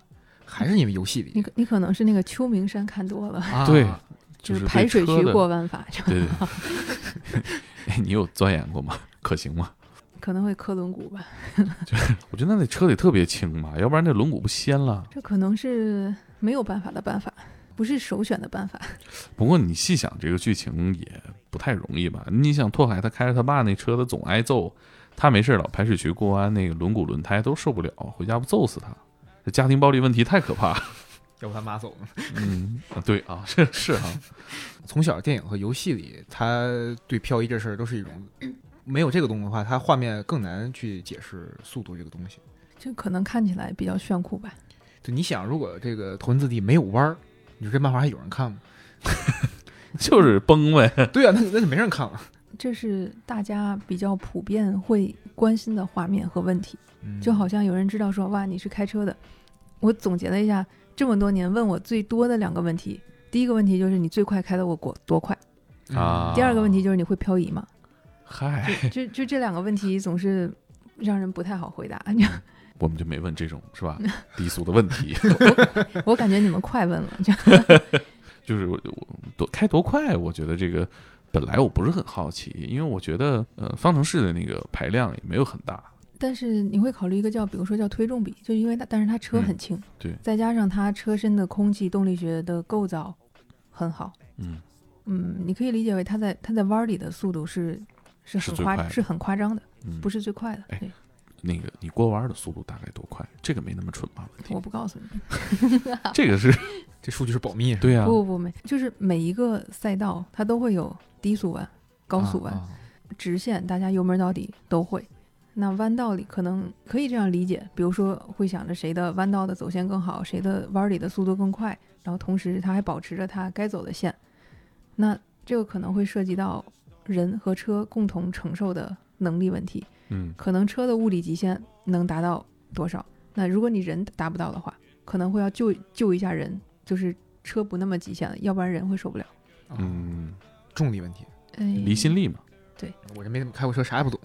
S2: 还是因为游戏
S3: 你
S2: 里
S3: 可你可能是那个秋名山看多了，
S2: 啊
S1: 对，
S3: 就是排
S1: 对
S3: 水
S1: 车
S3: 渠
S1: 的
S3: 过弯法，这
S1: 对对对， *laughs* 哎，你有钻研过吗？可行吗？
S3: 可能会磕轮毂吧。
S1: 我觉得那车得特别轻吧，要不然这轮毂不掀了。
S3: 这可能是没有办法的办法，不是首选的办法。
S1: 不过你细想，这个剧情也不太容易吧？你想，拓海他开着他爸那车，他总挨揍，他没事老排水渠过弯，那个轮毂轮胎都受不了，回家不揍死他？这家庭暴力问题太可怕。
S2: 要不他妈走。
S1: 嗯，啊 *laughs* 对啊，是是啊，
S2: *laughs* 从小电影和游戏里，他对漂移这事儿都是一种没有这个东西的话，它画面更难去解释速度这个东西。
S3: 这可能看起来比较炫酷吧。
S2: 就你想，如果这个头文字 D 没有弯儿，你说这漫画还有人看吗？
S1: *laughs* *laughs* 就是崩呗。
S2: 对啊，那那就没人看了。
S3: 这是大家比较普遍会关心的画面和问题，
S1: 嗯
S3: 就好像有人知道说哇你是开车的。我总结了一下，这么多年问我最多的两个问题，第一个问题就是你最快开的我过多快，
S2: 嗯
S1: 啊
S3: 第二个问题就是你会漂移吗？
S1: 嗨，
S3: 就就这两个问题总是让人不太好回答。
S1: 我们就没问这种是吧低俗的问题，
S3: 我感觉你们快问了，就
S1: 就是我我多开多快，我觉得这个本来我不是很好奇，因为我觉得呃方程式的那个排量也没有很大，
S3: 但是你会考虑一个叫，比如说叫推重比，就因为它，但是它车很轻，
S1: 嗯对
S3: 再加上它车身的空气动力学的构造很好，
S1: 嗯，
S3: 嗯，你可以理解为它在它在弯儿里的速度是是
S1: 是
S3: 很
S1: 最快
S3: 夸
S1: 的
S3: 是很夸张的，
S1: 嗯
S3: 不是最快的。
S1: 哎
S3: 对，
S1: 那个你过弯的速度大概多快？这个没那么蠢吧？问
S3: 我
S1: 题，
S3: 不告诉你，
S1: 这个是
S2: 这数据是保密啊
S1: 对呀、
S3: 不不不没，就是每一个赛道它都会有低速弯、高速弯、
S2: 啊啊
S3: 直线，大家油门到底都会。那弯道里可能可以这样理解，比如说会想着谁的弯道的走线更好，谁的弯儿里的速度更快，然后同时他还保持着他该走的线。那这个可能会涉及到人和车共同承受的能力问题，
S1: 嗯
S3: 可能车的物理极限能达到多少？那如果你人达不到的话，可能会要救救一下人，就是车不那么极限了，要不然人会受不了。
S2: 啊，
S1: 嗯，
S2: 重力问题，
S3: 哎，
S1: 离心力嘛，
S2: 我这没怎么开过车，啥也不懂。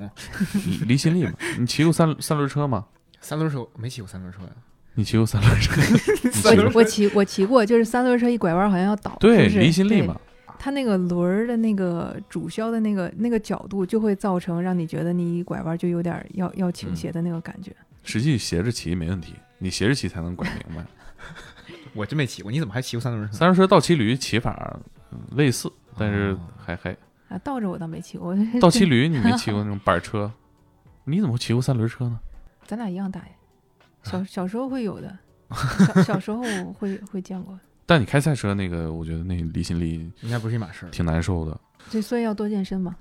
S1: 离离心力嘛。你骑过三三轮车吗？
S2: 三轮车我没骑过三轮车呀，
S1: 你骑过三轮车？
S3: *laughs*
S1: 你 *laughs* 骑
S3: 我
S1: 过
S3: 我骑我骑过，就是三轮车一拐弯好像要倒，
S1: 对，
S3: 是不是
S1: 离心力
S3: 对
S1: 嘛。
S3: 它那个轮儿的那个主销的那个那个角度，就会造成让你觉得你一拐弯就有点儿要要倾斜的那个感觉。
S1: 实际斜着骑没问题，你斜着骑才能拐明白。
S2: 我真没骑过。你怎么还骑过三轮车？
S1: 三轮车倒骑驴骑法嗯类似，但是
S2: 哦
S1: 还还
S3: 啊，倒着我倒没骑过， *laughs*
S1: *laughs* 倒骑驴你没骑过那种板车，你怎么会骑过三轮车呢？
S3: 咱俩一样
S1: *laughs*
S3: 大呀。小小时候会有的，小小时候会会见过，
S1: 但你开赛车那个，我觉得那离心力
S2: 应该不是一码事儿。
S1: 挺难受的。
S3: 所以所以要多健身嘛。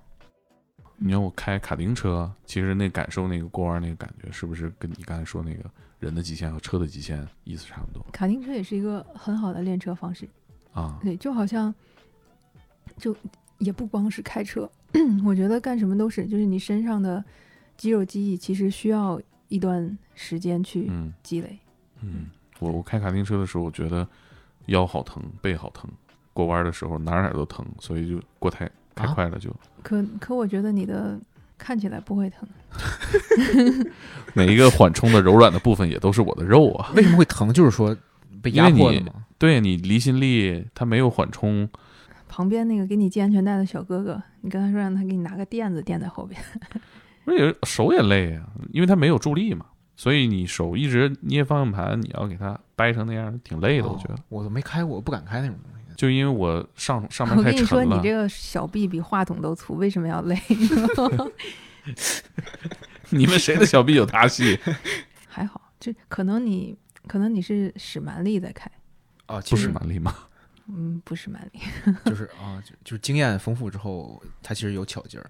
S1: 你让我开卡丁车，其实那感受那个过弯那个感觉，是不是跟你刚才说那个人的极限和车的极限意思差不多
S3: 卡丁车也是一个很好的练车方式，
S1: 啊？
S3: 对，就好像就也不光是开车， *clears throat* 我觉得干什么都是，就是你身上的肌肉记忆其实需要一段时间去
S1: 嗯
S3: 积累。
S1: 嗯，我我开卡丁车的时候，我觉得腰好疼，背好疼，过弯的时候哪儿哪儿都疼，所以就过太太
S2: 啊
S1: 快了就， *laughs*
S3: 可可，我觉得你的看起来不会疼，
S1: 每一个缓冲的柔软的部分也都是我的肉啊。
S2: 为什么会疼？就是说被
S1: 因
S2: 压
S1: 为
S2: 迫
S1: 你
S2: 了吗？
S1: 对你离心力它没有缓冲，
S3: 旁边那个给你系安全带的小哥哥，你跟他说让他给你拿个垫子垫在后边，
S1: 而且手也累啊，因为它没有助力嘛，所以你手一直捏方向盘，你要给它掰成那样，挺累的，我觉得
S2: 哦。我都没开过，我不敢开那种东西。
S1: 就因为我上上班
S3: 我
S1: 太
S3: 跟你说，
S1: 沉
S3: 你
S1: 了
S3: 这，个小臂比话筒都粗，为什么要累？
S1: *laughs* 你们谁的小臂有他
S3: *laughs*
S1: 细？
S3: *laughs* 还好，这可能你可能你是使蛮力在开，
S2: 哦，其
S1: 不是
S2: 实
S1: 蛮力吗？
S3: 嗯，不是蛮力，
S2: *laughs* 就是啊，就就是经验丰富之后，它其实有巧劲儿。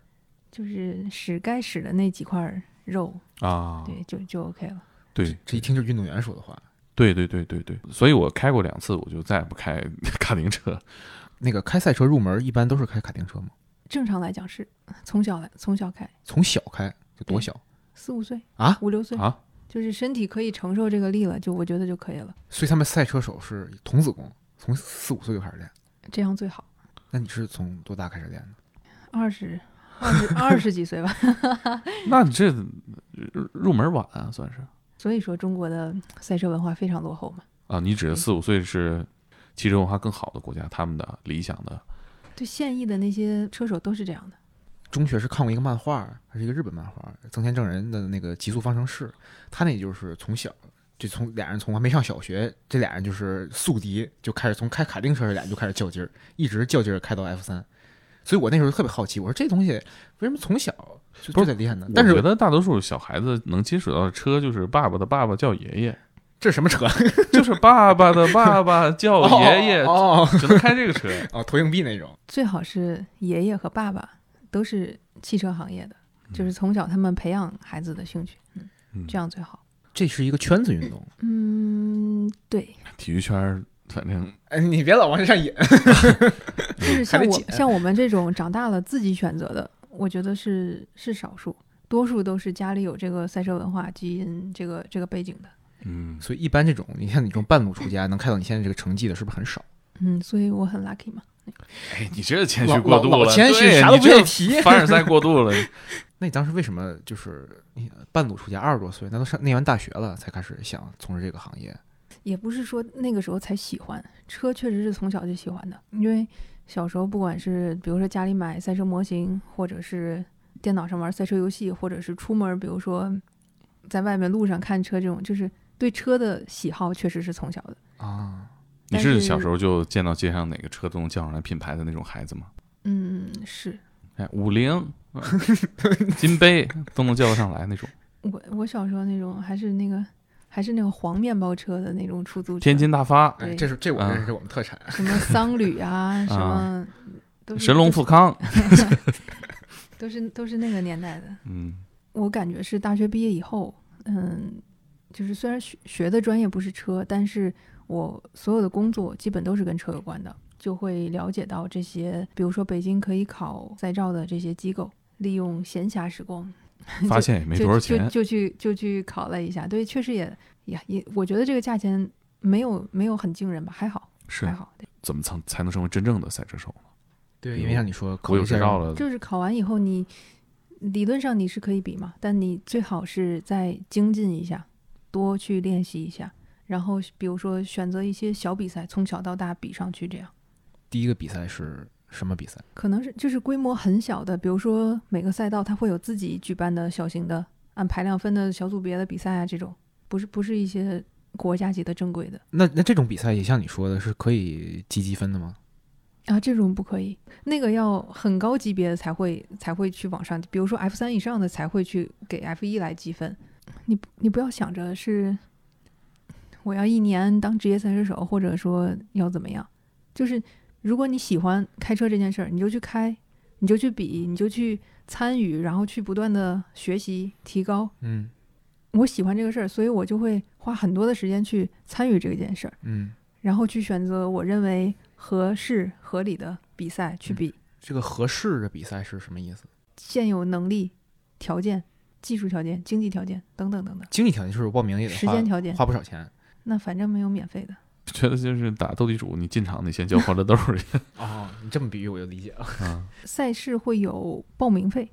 S3: 就是使该使的那几块肉，
S1: 啊，
S3: 对，就就 OK 了。
S1: 对
S2: 这一听就是运动员说的话。
S1: 对对对对对，所以我开过两次，我就再也不开 *laughs* 卡丁车。
S2: 那个开赛车入门一般都是开卡丁车吗？
S3: 正常来讲是从小来从小开，
S2: 从小开就
S1: 嗯
S2: 多小
S3: 四五岁
S2: 啊？
S3: 五六岁
S1: 啊，
S3: 就是身体可以承受这个力了，就我觉得就可以了，
S2: 所以他们赛车手是童子功，从四五岁就开始练。
S3: 这样最好。
S2: 那你是从多大开始练的？
S3: 二十二十二十几岁吧， *laughs*
S1: 那你这入入门晚啊，算是
S3: 所以说中国的赛车文化非常落后嘛。
S1: 啊？你
S3: 嗯
S1: 指的四五岁是汽车文化更好的国家，他们的理想的
S3: 对现役的那些车手都是这样的，
S2: 中学是看过一个漫画，还是一个日本漫画，增田正人的那个《极速方程式》，他那就是从小就从俩人从还没上小学，这俩人就是宿敌，就开始从开卡丁车这俩人就开始较劲儿，一直较劲儿开到 F 三。所以我那时候特别好奇，我说这东西为什么从小就
S1: 不
S2: 就是得练呢？
S1: 我
S2: 但
S1: 觉
S2: 是
S1: 得大多数小孩子能接触到的车就是爸爸的爸爸叫爷爷，
S2: 这是什么车？
S1: *laughs* 就是爸爸的爸爸叫爷爷，
S2: 哦哦
S1: 只能开这个车。
S2: 哦哦，投硬币那种。
S3: 最好是爷爷和爸爸都是汽车行业的，就是从小他们培养孩子的兴趣，嗯，
S1: 嗯
S3: 这样最好。
S2: 这是一个圈子运动。
S3: 嗯，对，
S1: *laughs* 体育圈儿反正
S2: *laughs* 哎，你别老往这上引。
S3: 就是像
S2: 还得
S3: 我
S2: 剪
S3: 像我们这种长大了自己选择的，我觉得是是少数，多数都是家里有这个赛车文化基因这个这个背景的。
S1: 嗯，
S2: 所以一般这种，你像你这种半路出家能开到你现在这个成绩的，是不是很少？
S3: 嗯，所以我很 lucky 嘛。
S1: 哎，你这谦
S2: 老
S1: 虚过
S2: 老
S1: 度
S2: 老
S1: 了，
S2: 谦虚
S1: 对
S2: 啥都
S1: 你
S2: 不愿
S1: 这
S2: 意提
S1: 凡尔赛过度 *laughs* 了。
S2: 那你当时为什么就是你半路出家，二十多岁，那都上念完大学了才开始想从事这个行业？
S3: 也不是说那个时候才喜欢车，确实是从小就喜欢的。因为小时候不管是比如说家里买赛车模型，或者是电脑上玩赛车游戏，或者是出门，比如说在外面路上看车这种，就是对车的喜好确实是从小的。
S2: 啊，
S1: 你
S3: 但
S1: 是
S3: 是
S1: 小时候就见到街上哪个车都能叫上来品牌的那种孩子吗？
S3: 嗯，是
S1: 哎，五
S3: *laughs*
S1: 菱、金杯都能叫得上来那种。
S3: 我我小时候那种还是那个还是那个黄面包车的那种出租车，
S1: 天津大
S3: *laughs*
S1: 发、
S2: 哎，
S3: 对
S2: 这是这我认
S1: 啊
S2: 识，这我们特产。
S3: 什么桑旅
S1: *laughs*
S3: 啊，什么都是
S1: 神龙
S3: 都
S1: 富康，
S3: 是都是都是那个年代的。 *laughs*
S1: 嗯
S3: 我感觉是大学毕业以后，嗯，就是虽然学学的专业不是车，但是我所有的工作基本都是跟车有关的，就会了解到这些，比如说北京可以考赛照的这些机构，利用闲暇时光， *laughs*
S1: 发现也没
S3: 就
S1: 多少
S3: 就
S1: 钱。
S3: 就去就去考了一下，对，确实也也也，我觉得这个价钱没有没有很惊人吧，还好，
S1: 是
S3: 还好。对
S1: 怎么才才能成为真正的赛车手？
S2: 对，
S1: 比
S2: 因
S1: 如
S2: 为像你说，考
S1: 我有
S2: 虑一下
S1: 执照了，
S3: 就是考完以后你，理论上你是可以比嘛，但你最好是再精进一下，多去练习一下，然后比如说选择一些小比赛，从小到大比上去，这样
S2: 第一个比赛是什么比赛？
S3: 可能是就是规模很小的，比如说每个赛道它会有自己举办的小型的按排量分的小组别的比赛啊，这种不是不是一些国家级的正规的
S2: 那那这种比赛也像你说的是可以积积分的吗？
S3: 啊，这种不可以，那个要很高级别的才会才会去往上，比如说 F 三以上的才会去给 F 一来积分。你你不要想着是我要一年当职业赛车手，或者说要怎么样，就是如果你喜欢开车这件事儿，你就去开，你就去比，你就去参与，然后去不断的学习提高。
S2: 嗯
S3: 我喜欢这个事儿，所以我就会花很多的时间去参与这件事儿。
S2: 嗯，
S3: 然后去选择我认为合适合理的比赛
S2: 嗯
S3: 去比。
S2: 这个合适的比赛是什么意思？
S3: 现有能力、条件、技术条件、经济条件等等等等，
S2: 经济条件就是报名也得
S3: 时
S2: 花
S3: 间条件，
S2: 花不少钱
S3: 那反正没有免费的。
S1: 觉得就是打斗地主，你进场得先交欢乐豆儿
S3: *laughs*
S1: 去
S2: 哦。你这么比喻我就理解了。
S1: 啊。
S3: 赛事会有报名费，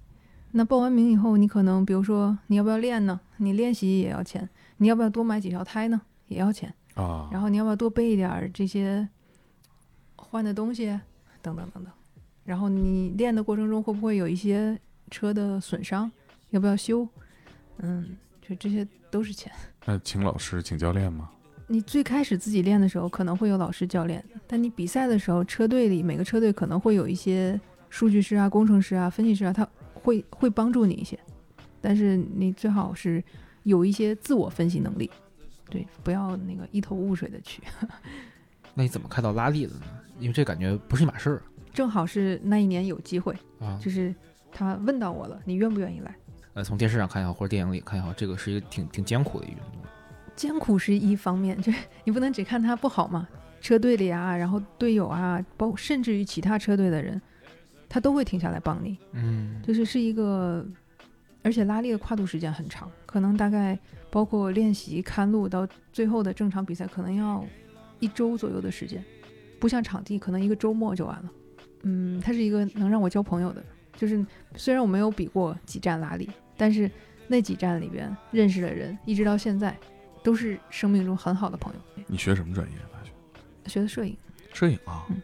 S3: 那报完名以后，你可能比如说你要不要练呢？你练习也要钱，你要不要多买几条胎呢？也要钱。
S1: 啊
S3: 然后你要不要多备一点儿这些换的东西，等等等等。然后你练的过程中会不会有一些车的损伤，要不要修？嗯，就这些都是钱。
S1: 那请老师，请教练吗？
S3: 你最开始自己练的时候可能会有老师教练，但你比赛的时候，车队里每个车队可能会有一些数据师啊、工程师啊、分析师啊，他会会帮助你一些，但是你最好是有一些自我分析能力，对，不要那个一头雾水的去。
S2: *laughs* 那你怎么开到拉力的呢？因为这感觉不是一码事儿
S3: 正好是那一年有机会，
S2: 啊。
S3: 就是他问到我了，你愿不愿意来？
S2: 呃，从电视上看也好，或者电影里看也好，这个是一个挺挺艰苦的一个运动。
S3: 艰苦是一方面， *laughs* 就是你不能只看他不好嘛。车队里啊，然后队友啊，包甚至于其他车队的人，他都会停下来帮你。
S2: 嗯，
S3: 就是是一个，而且拉力的跨度时间很长，可能大概包括练习、看路到最后的正常比赛，可能要一周左右的时间，不像场地可能一个周末就完了。嗯，他是一个能让我交朋友的，就是虽然我没有比过几站拉力，但是那几站里边认识的人，一直到现在都是生命中很好的朋友。
S1: 你学什么专业？大学
S3: 学的摄影，
S1: 摄影啊
S3: 嗯，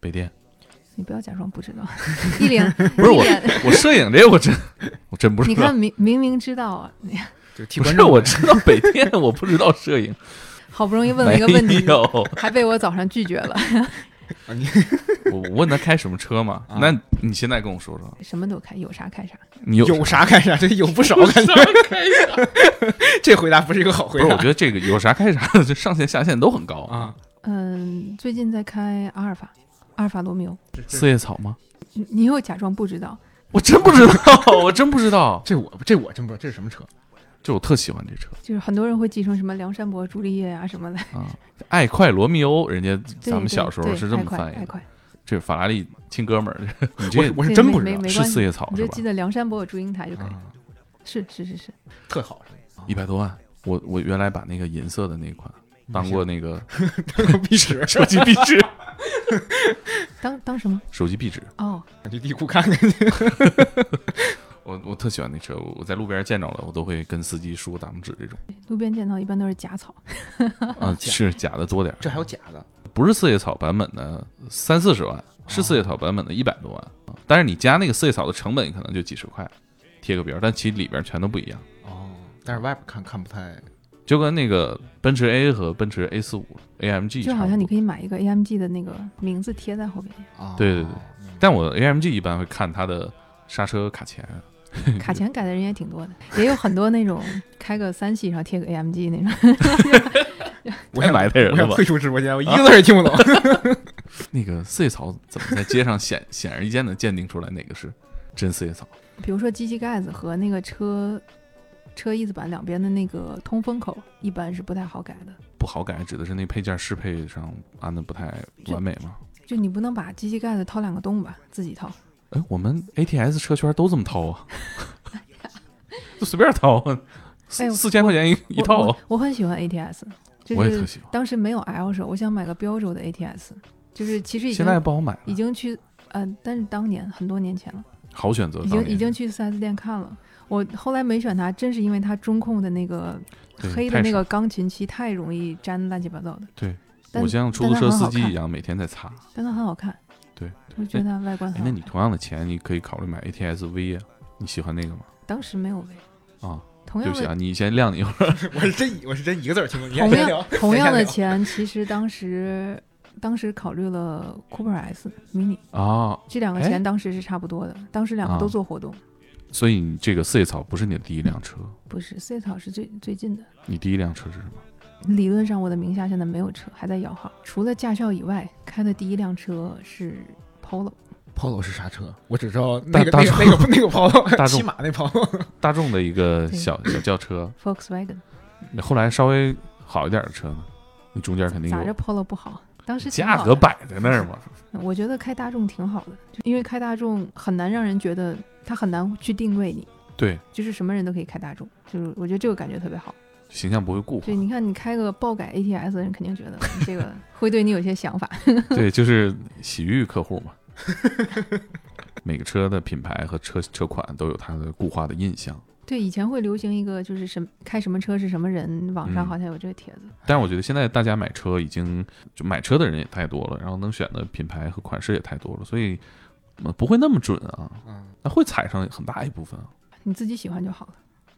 S1: 北电。
S3: 你不要假装不知道， *laughs* 一脸
S1: 不是
S3: 一
S1: 我
S3: 脸，
S1: 我摄影这我真 *laughs* 我真 *laughs* 不知
S3: 你
S1: 道
S3: 看，明明明知道啊，
S2: 就是替
S1: 不
S2: 观
S1: 是
S2: 众
S1: 我知道北电，我不知道摄影。
S3: 好不容 *laughs* 易问了
S1: 没
S3: 一个问题，
S1: 有，
S3: 还被我早上拒绝了， *laughs*
S2: 啊你
S1: *laughs* 我我问他开什么车嘛？
S2: 啊
S1: 那你现在跟我说说，
S3: 什么都开，有啥开啥。
S1: 你有
S2: 有啥开啥，这有不少感觉。 *laughs* 这回答不是一个好
S1: 不
S2: 回
S1: 是？
S2: 答。
S1: 我觉得这个有啥开啥， *laughs* 就上限下限都很高。
S2: 啊，
S3: 嗯，最近在开阿尔法，阿尔法罗密欧。
S1: 四叶草吗？
S3: 你你又假装不知道，
S1: 我真不知道， *laughs* 我真不知道。
S2: 这我这我真不知道这是什么车。
S1: 就我特喜欢这车
S3: 就是很多人会记成什么梁山伯、朱丽叶啊什么的。
S1: 啊，爱快罗密欧，人家
S3: 对
S1: 咱们小时候
S3: 对
S1: 是这么
S3: 爱快
S1: 翻
S3: 爱
S1: 译的。
S3: 快，
S1: 这是法拉利亲哥们儿， *laughs* 你这
S2: 我我是
S3: 这
S2: 真
S3: 没
S2: 不知
S3: 没
S2: 道
S3: 没
S1: 是
S3: 关系
S1: 四叶草
S3: 你
S1: 是
S3: 就
S1: 吧
S3: 记？得梁山伯有祝英台就可以。
S2: 啊，
S3: 是是是是，
S2: 特好，啊
S1: 一百多万，我我原来把那个银色的那款当过那个
S2: 当 *laughs* 过壁纸，
S1: 嗯 *laughs* 手机壁纸，
S3: 当当什么？
S1: *laughs* 手机壁纸，
S3: 哦，
S2: 去地库看看去。
S1: 我我特喜欢那车，我我在路边见着了，我都会跟司机竖大拇指
S3: *laughs*
S1: 这种。
S3: 路边见到一般都是假草，
S1: 啊，是假的多点儿，
S2: 这还有假的，
S1: 不是四叶草版本的三四十万，是
S3: 哦
S1: 四叶草版本的一百多万啊。但是你加那个四叶草的成本可能就几十块，贴个标，但其实里边全都不一样，
S2: 哦，但是外边看看不太。
S1: 就跟那个奔驰 A 和奔驰 A 四五 AMG
S3: 就
S1: 差
S3: 好
S1: 不
S3: 像你
S1: 多。
S3: 可以买一个 AMG 的那个名字贴在
S1: *laughs*
S3: 后边，
S2: 啊，
S1: 对对对
S2: 对
S1: 但我 AMG 一般会看它的刹车卡钳，
S3: 卡钳改的人也挺多的，也有很多那种开个三系上贴个 AMG 那种。
S2: 我也
S1: 太埋汰人了
S2: 我想
S1: 吧啊
S2: 退？出直播间，我一个字儿也听不懂。
S1: 那个四叶草怎么在街上显 *laughs* 显而易见的鉴定出来哪个是真四叶草？
S3: 比如说机器盖子和那个车车翼子板两边的那个通风口，一般是不太好改的。
S1: 不好改，指的是那配件适配上安的不太完美吗？
S3: 就你不能把机器盖子掏两个洞吧，自己掏。
S1: 哎，我们 ATS 车圈都这么掏
S3: *laughs*
S1: 啊，就随便掏啊，
S3: 哎
S1: 四
S3: 呦
S1: 四千块钱一一
S3: 哎
S1: 啊
S3: 我
S1: 套
S3: 我。我很喜欢 ATS，就
S5: 我也特
S3: 是
S5: 喜欢。
S3: 当时没有 L 手，我想买个标轴的 ATS，就是其实已
S1: 现在
S3: 经
S1: 不好买了，
S3: 已经去，呃，但是当年很多年前了，
S5: 好选择，
S3: 已
S5: 当
S3: 经
S5: 年
S3: 已经去 4S 店看了。我后来没选它，真是因为它中控的那个
S5: 对
S3: 黑
S5: 太
S3: 的那
S5: 少
S3: 个钢琴漆太容易粘乱七八糟的，
S5: 对，
S3: 但
S1: 我像出租车司机一样，每天在擦。
S3: 但它很好看。
S5: 对，
S3: 我觉得它外
S1: 哎
S3: 观很好，
S1: 那
S3: 看。
S1: 你同样的钱，你可以考虑买 ATS V 啊，你喜欢那个吗？
S3: 当时没有 V，
S1: 啊，
S3: 同
S1: 对
S3: 样
S1: 不起
S3: 的
S1: 啊，你先晾你一会儿。
S2: 我是真我是真一个字儿听不懂。你还
S3: 同
S2: 真聊
S3: 样同样的
S2: 聊
S3: 钱，其实当时当时考虑了 Cooper S Mini，
S1: *laughs* 啊，
S3: 这两个
S1: 哎
S3: 钱当时是差不多的，当时两个
S1: 啊
S3: 都做活动，
S1: 所以你这个四叶草不是你的第一辆车，
S3: 不是 C 草是最最近的。
S1: 你第一辆车是什么？
S3: 理论上我的名下现在没有车，还在摇号。除了驾校以外，开的第一辆车是 Polo，
S2: Polo 是啥车？我只知道那个
S1: 大
S2: 那个
S1: 大众
S2: 那个那个 Polo，
S1: 大众
S2: *laughs* 骑马那 Polo。
S1: 大众的一个
S3: 对
S1: 小小轿车，
S3: Volkswagen。
S1: 后来稍微好一点的车呢，你中间肯定
S3: 咋着
S1: 有
S3: Polo 不好？当时挺
S1: 价
S3: 好
S1: 格
S3: 的，
S1: 摆在那
S3: *laughs*
S1: 儿嘛。
S3: 我觉得开大众挺好的，就因为开大众很难让人觉得它很难去定位你，
S5: 对
S3: 就是什么人都可以开大众，就是我觉得这个感觉特别好。
S1: 形象不会固化
S3: 对，。你看你开个爆改 ATS 的人肯定觉得你这个会对你有些想法。
S1: *laughs* 对，就是洗浴客户嘛。 *laughs* 每个车的品牌和车车款都有它的固化的印象，
S3: 对，以前会流行一个就是什么开什么车是什么人，网上
S1: 嗯
S3: 好像有这个帖子。
S1: 但是我觉得现在大家买车已经就买车的人也太多了，然后能选的品牌和款式也太多了，所以呃不会那么准啊。
S2: 嗯，
S1: 那会踩上很大一部分啊。
S3: 你自己喜欢就好了。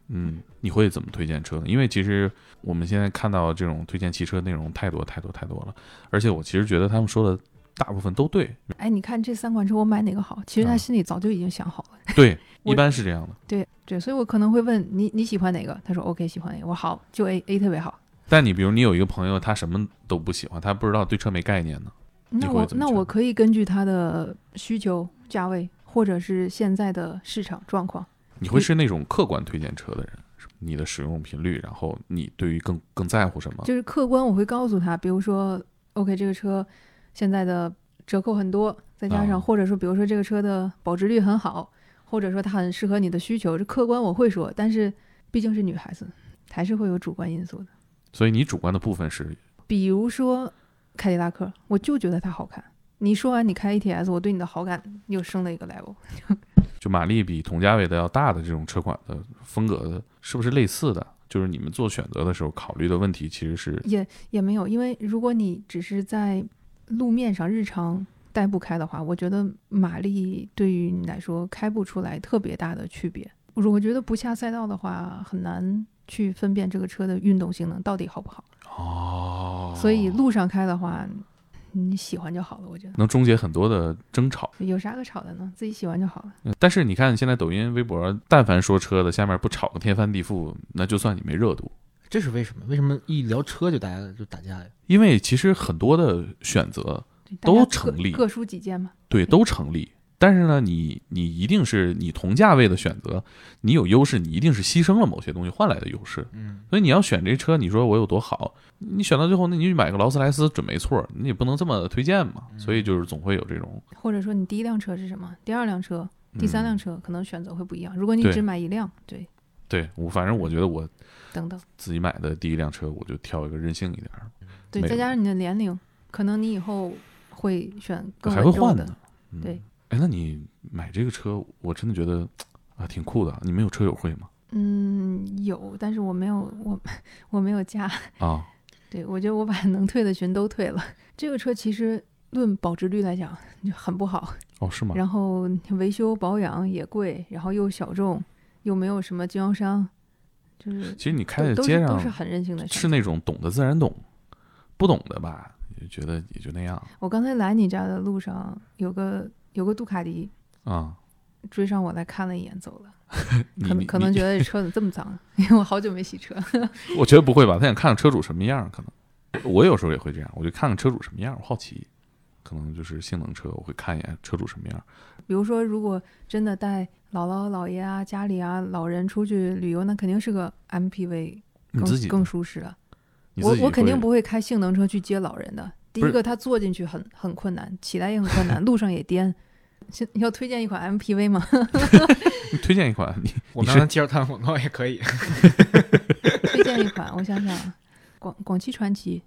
S1: 嗯，你会怎么推荐车呢？因为其实我们现在看到这种推荐汽车内容太多太多太多了，而且我其实觉得他们说的大部分都对，
S3: 哎，你看这三款车我买哪个好？其实他
S1: 嗯
S3: 心里早就已经想好了。
S1: 对，
S3: *laughs* 我
S1: 一般是这样的。
S3: 对对，所以我可能会问你你喜欢哪个？他说 OK 喜欢 A，我好就 A A 特别好。
S1: 但你比如你有一个朋友，他什么都不喜欢，他不知道对车没概念呢，
S3: 那
S1: 会
S3: 我
S1: 怎么
S3: 那
S1: 选
S3: 我可以根据他的需求、价位，或者是现在的市场状况，
S1: 你会是那种客观推荐车的人，是你的使用频率，然后你对于更更在乎什么，
S3: 就是客观我会告诉他，比如说 OK 这个车现在的折扣很多，再加上、
S1: 啊
S3: 或者说比如说这个车的保值率很好，或者说它很适合你的需求，这客观我会说，但是毕竟是女孩子，还是会有主观因素的。
S1: 所以你主观的部分是
S3: 比如说凯迪拉克，我就觉得它好看。你说完你开 ATS，我对你的好感又升了一个 level。
S1: 就马力比同价位的要大的这种车款的风格的，是不是类似的？就是你们做选择的时候考虑的问题其实是
S3: 也也没有，因为如果你只是在路面上日常代步开的话，我觉得马力对于你来说开不出来特别大的区别。如果觉得不下赛道的话，很难去分辨这个车的运动性能到底好不好。
S1: 哦，
S3: 所以路上开的话，你喜欢就好了，我觉得。
S1: 能终结很多的争吵。
S3: 有啥可吵的呢？自己喜欢就好了。
S1: 呃但是你看现在抖音、微博，但凡说车的，下面不吵个天翻地覆，那就算你没热度。
S2: 这是为什么？为什么一聊车就大家就打架呀？
S1: 因为其实很多的选择
S3: 对大
S1: 都
S3: 家
S1: 成
S3: 各
S1: 立
S3: 各嗯抒己见嘛。
S1: 对，都成立。但是呢，你你一定是你同价位的选择，你有优势，你一定是牺牲了某些东西换来的优势。
S2: 嗯，
S1: 所以你要选这车，你说我有多好，你选到最后，那你就买个劳斯莱斯准没错，你也不能这么推荐嘛。
S3: 嗯
S1: 所以就是总会有这种
S3: 或者说你第一辆车是什么，第二辆车、第三辆
S1: 嗯
S3: 车可能选择会不一样。如果你
S1: 对
S3: 只买一辆，对，
S1: 对我反正我觉得我
S3: 等等，
S1: 自己买的第一辆车，我就挑一个任性一点儿，
S3: 对，
S1: 没
S3: 再
S1: 有
S3: 加上你的年龄，可能你以后会选更
S1: 还
S3: 稳
S1: 会
S3: 重
S1: 换
S3: 的。
S1: 呢。嗯
S3: 对，
S1: 哎，那你买这个车，我真的觉得啊挺酷的。你们有车友会吗？
S3: 嗯，有，但是我没有，我我没有加。
S1: 啊，
S3: 对我觉得我把 *laughs* 能退的群都退了。这个车其实论保值率来讲就很不好，
S1: 哦是吗？
S3: 然后维修保养也贵，然后又小众，又没有什么经销商，就是
S1: 其实你开
S3: 都
S1: 在
S3: 都
S1: 街
S3: 是
S1: 上
S3: 都是很任性的选择
S1: 是那种懂的自然懂，不懂的吧，也觉得也就那样
S3: 我刚才来你家的路上，有个有个杜卡迪
S1: 啊、
S3: 追上我来看了一眼，走了。
S1: 你
S3: 可能
S1: 你
S3: 可能
S1: 你
S3: 觉
S1: *laughs*
S3: 得这车怎么这么脏，因为我好久没洗车。
S1: 我觉得不会吧？他想看看车主什么样，可能我有时候也会这样，我就看看车主什么样，我好奇，可能就是性能车，我会看一眼车主什么样。
S3: 比如说，如果真的带姥姥姥爷啊、家里啊老人出去旅游，那肯定是个 MPV
S1: 你自己
S3: 更更舒适了。
S1: 你
S3: 我
S1: 自己
S3: 我肯定
S1: 会
S3: 不会开性能车去接老人的。第
S1: 不
S3: 一
S1: 是
S3: 个，他坐进去很很困难，起来也很
S1: *laughs*
S3: 困难，路上也颠。现要推荐一款 MPV 吗？ *laughs*
S1: 你推荐一款你
S2: 我们
S1: 你是
S2: 让接着看广告也可以。
S3: 推荐一款，我想想啊广广汽传祺，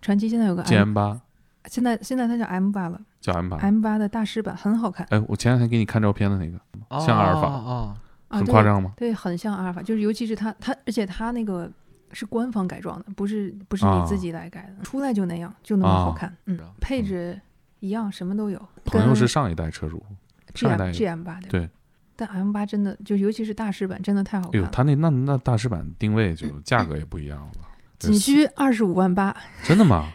S3: 传祺现在有个 M，
S1: ，GM 八
S3: 现在现在它叫 M 八了
S1: 叫 M 八。
S3: ，M 八的大师版很好看
S1: 哎，我前两天给你看照片的那个，
S2: 哦
S1: 像阿尔法
S2: 哦哦
S3: 啊，
S1: 很
S3: 对
S1: 夸张吗？
S3: 对，很像阿尔法，就是尤其是它它，而且它那个是官方改装的，不是不是
S1: 啊
S3: 你自己来改的，出来就那样，就那么好
S1: 啊
S3: 看，嗯
S2: 是啊，
S3: 配置一样，什么都有。
S1: 朋友是上一代车主，
S3: G
S1: 上一代
S3: M G M 八对吧
S1: 对
S3: 但 M 八真的就尤其是大师版真的太好
S1: 哎
S3: 看
S1: 呦，
S3: 了，
S1: 他那那那大师版定位就价格也不一样
S3: *laughs*
S1: 了，对
S3: 仅需二十五万八，
S1: 真的吗？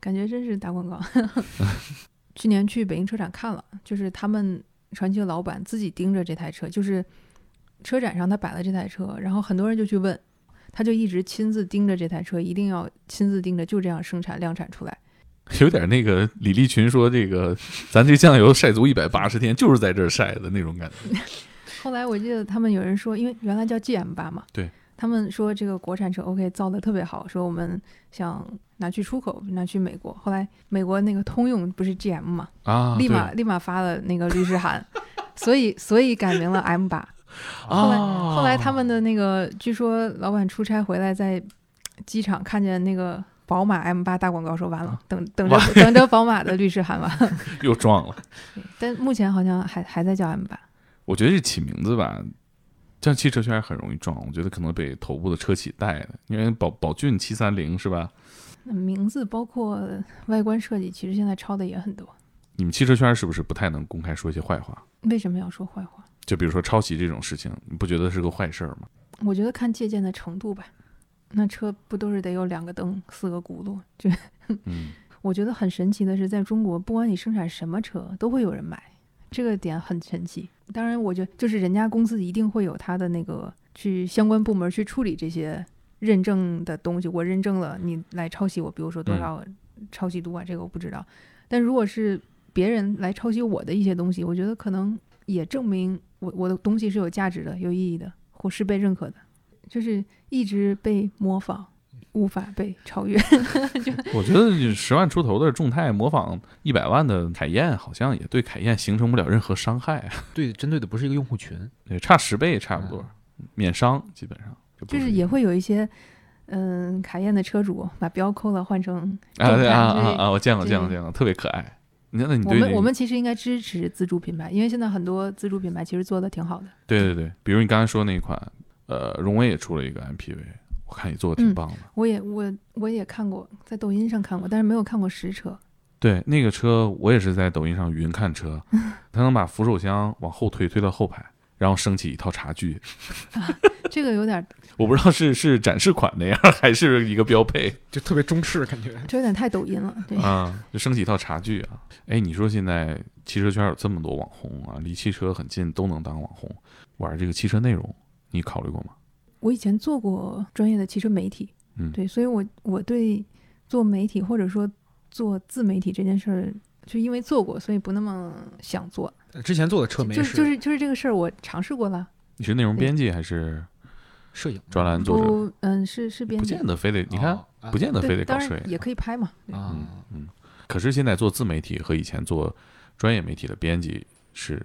S3: 感觉真是打广告。 *laughs* 去年去北京车展看了，就是他们传奇的老板自己盯着这台车，就是车展上他摆了这台车，然后很多人就去问，他就一直亲自盯着这台车，一定要亲自盯着，就这样生产量产出来。
S1: 有点那个李立群说这个，咱这酱油晒足一百八十天，就是在这儿晒的那种感觉。
S3: 后来我记得他们有人说，因为原来叫 GM 八嘛，
S1: 对，
S3: 他们说这个国产车 OK 造的特别好，说我们想拿去出口，拿去美国。后来美国那个通用不是 GM 嘛，
S1: 啊，
S3: 立
S1: 对
S3: 马立马发了那个律师函，所以所以改名了 M 八。
S1: 啊
S3: 后来
S2: 哦
S3: 后来他们的那个，据说老板出差回来在机场看见那个宝马 M 八大广告，说完
S1: 啊
S3: 了，等
S1: *laughs*
S3: 等着等着宝马的律师函吧。
S1: 又撞了。
S3: 但目前好像还还在叫 M 八。
S1: 我觉得这起名字吧，像汽车圈很容易撞，我觉得可能被头部的车企带的，因为宝宝骏七三零是吧？
S3: 那名字包括外观设计，其实现在抄的也很多。
S1: 你们汽车圈是不是不太能公开说一些坏话？
S3: 为什么要说坏话？
S1: 就比如说抄袭这种事情，你不觉得是个坏事儿吗？
S3: 我觉得看借鉴的程度吧。那车不都是得有两个灯、四个轱辘？就
S1: 嗯，
S3: 我觉得很神奇的是，在中国，不管你生产什么车，都会有人买，这个点很神奇。当然，我觉得就是人家公司一定会有他的那个去相关部门去处理这些认证的东西。我认证了，你来抄袭我，比如说多少抄袭度啊，这个我不知道。但如果是别人来抄袭我的一些东西，我觉得可能也证明我我的东西是有价值的、有意义的，或是被认可的，就是一直被模仿，无法被超越。
S1: *laughs* 我觉得十万出头的众泰模仿一百万的凯宴，好像也对凯宴形成不了任何伤害啊， *laughs*
S2: 哦对，针对的不是一个用户群，
S1: 对，差十倍差不多，免伤基本上。不
S3: 就是也会有一些，嗯，卡宴的车主把标抠了，换成
S1: 啊对啊啊
S3: 正常
S1: 啊！我见过
S3: 这
S1: 见过见过，特别可爱。你看，那你嗯
S3: 我
S1: 对那
S3: 们
S1: 个
S3: 我们其实应该支持自主品牌，因为现在很多自主品牌其实做的挺好的。
S1: 对对对，比如你刚才说那一款，呃，荣威也出了一个 MPV，我看也做的挺
S3: 嗯
S1: 棒的。
S3: 我也我我也看过，在抖音上看过，但是没有看过实车。
S1: 对，那个车我也是在抖音上云看
S3: *laughs*
S1: 车，它能把扶手箱往后推，推到后排，然后升起一套茶具。
S3: 这个有点
S1: 我不知道是是展示款那样，还是一个标配
S2: 就特别中式感觉。
S3: 这有点太抖音了，对，
S1: 啊，就升起一套茶具啊。哎，你说现在汽车圈有这么多网红啊，离汽车很近都能当网红，玩这个汽车内容，你考虑过吗？
S3: 我以前做过专业的汽车媒体，
S1: 嗯
S3: 对，所以我我对做媒体或者说做自媒体这件事儿，就因为做过，所以不那么想做。
S2: 之前做的车
S3: 就
S2: 媒
S3: 就是就是就是这个事儿，我尝试过了。
S1: 你是内容编辑还是
S2: 摄影
S1: 专栏作者？
S3: 不，嗯，是是编
S1: 不
S3: 辑
S1: 见，得非得你看，
S2: 哦
S1: 不见得非
S3: 对，
S1: 得
S3: 当
S1: 搞摄
S3: 然
S1: 影。
S3: 也可以拍嘛。对
S2: 啊
S1: 嗯嗯，可是现在做自媒体和以前做专业媒体的编辑是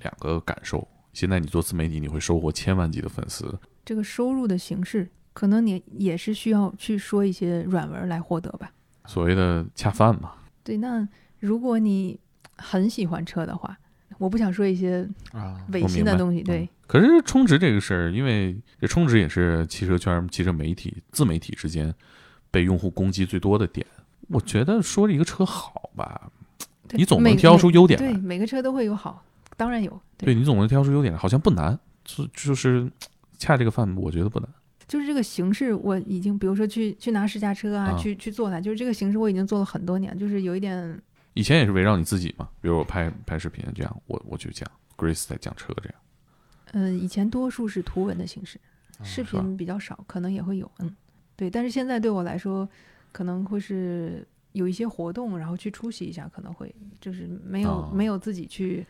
S1: 两个感受。现在你做自媒体，你会收获千万级的粉丝，
S3: 这个收入的形式，可能你也是需要去说一些软文来获得吧。
S1: 所谓的恰饭嘛。
S3: 对，那如果你很喜欢车的话，我不想说一些
S2: 啊，
S3: 违心的东西。
S1: 我明白嗯
S3: 对，
S1: 可是充值这个事儿，因为这充值也是汽车圈、汽车媒体、自媒体之间被用户攻击最多的点。我觉得说一个车好吧，
S3: 对
S1: 你总
S3: 每
S1: 能挑出优点
S3: 对
S1: 来，
S3: 每个车都会有好，当然有。对，
S1: 对你总能挑出优点来，好像不难，就就是恰这个饭，我觉得不难。
S3: 就是这个形式，我已经比如说去去拿试驾车啊，
S1: 啊
S3: 去去做它，就是这个形式我已经做了很多年，就是有一点
S1: 以前也是围绕你自己嘛，比如我拍拍视频这样，我我去讲 Grace 在讲车这样，
S3: 嗯、以前多数是图文的形式，视
S1: 哦是吧
S3: 频比较少，可能也会有，嗯，对。但是现在对我来说，可能会是有一些活动，然后去出席一下，可能会就是没有、
S1: 哦
S3: 没有自己去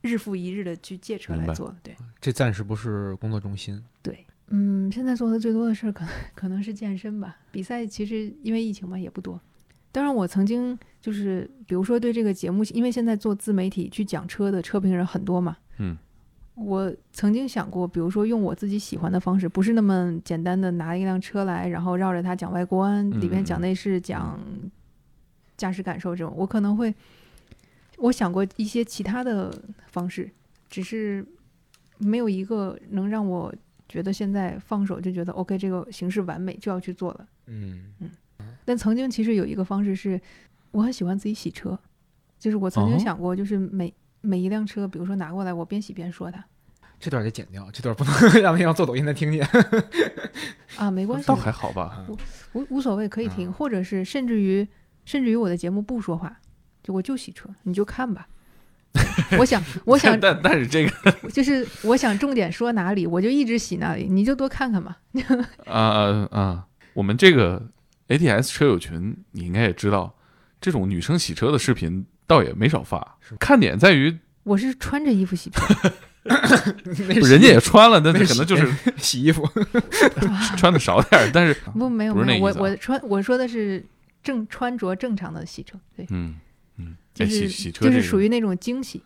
S3: 日复一日的去借车
S1: 明
S3: 来
S1: 白
S3: 做，对
S2: 这暂时不是工作中心。
S3: 对。嗯，现在做的最多的事儿，可能可能是健身吧。比赛其实因为疫情嘛，也不多。当然，我曾经就是，比如说对这个节目，因为现在做自媒体去讲车的车评人很多嘛，
S1: 嗯，
S3: 我曾经想过，比如说用我自己喜欢的方式，不是那么简单的拿一辆车来，然后绕着它讲外观，
S6: 嗯
S3: 里面讲
S6: 嗯
S3: 内饰、讲驾驶感受这种，我可能会，我想过一些其他的方式，只是没有一个能让我觉得现在放手就觉得 OK，这个形式完美就要去做了。
S1: 嗯，
S3: 但曾经其实有一个方式是，我很喜欢自己洗车，就是我曾经
S6: 哦
S3: 想过，就是每、每一辆车，比如说拿过来，我边洗边说它。
S2: 这段得剪掉，这段不能 *laughs* 让让做抖音的听见。
S3: 啊，没关系
S6: 倒，还好吧，
S3: 无无所谓，可以听，
S2: 嗯
S3: 或者是甚至于甚至于我的节目不说话，就我就洗车，你就看吧。 *laughs* 我想，我
S6: *laughs*
S3: 想
S1: 但但是这个
S3: 就是我想重点说哪里，我就一直洗哪里，你就多看看嘛。
S6: 啊啊啊！我们这个 ATS 车友群，你应该也知道，这种女生洗车的视频倒也没少发
S2: 是吗，
S6: 看点在于
S3: 我是穿着衣服洗车，
S2: 那
S6: 不
S2: 是
S6: 人家也穿了，但
S2: 那
S6: 是
S2: 是
S6: 可能就是
S2: 洗衣服，
S6: 穿的少点儿，但
S2: *laughs* 嗯
S6: 是
S3: 不，没有
S6: 不是
S3: 没有，
S6: 那
S3: 我
S6: 意思啊
S3: 我穿我说的是正穿着正常的洗车，对，
S6: 嗯嗯，
S3: 就
S6: 哎洗
S3: 是
S6: 洗车
S3: 就
S6: 这
S3: 是
S6: 个
S3: 属于那种惊喜，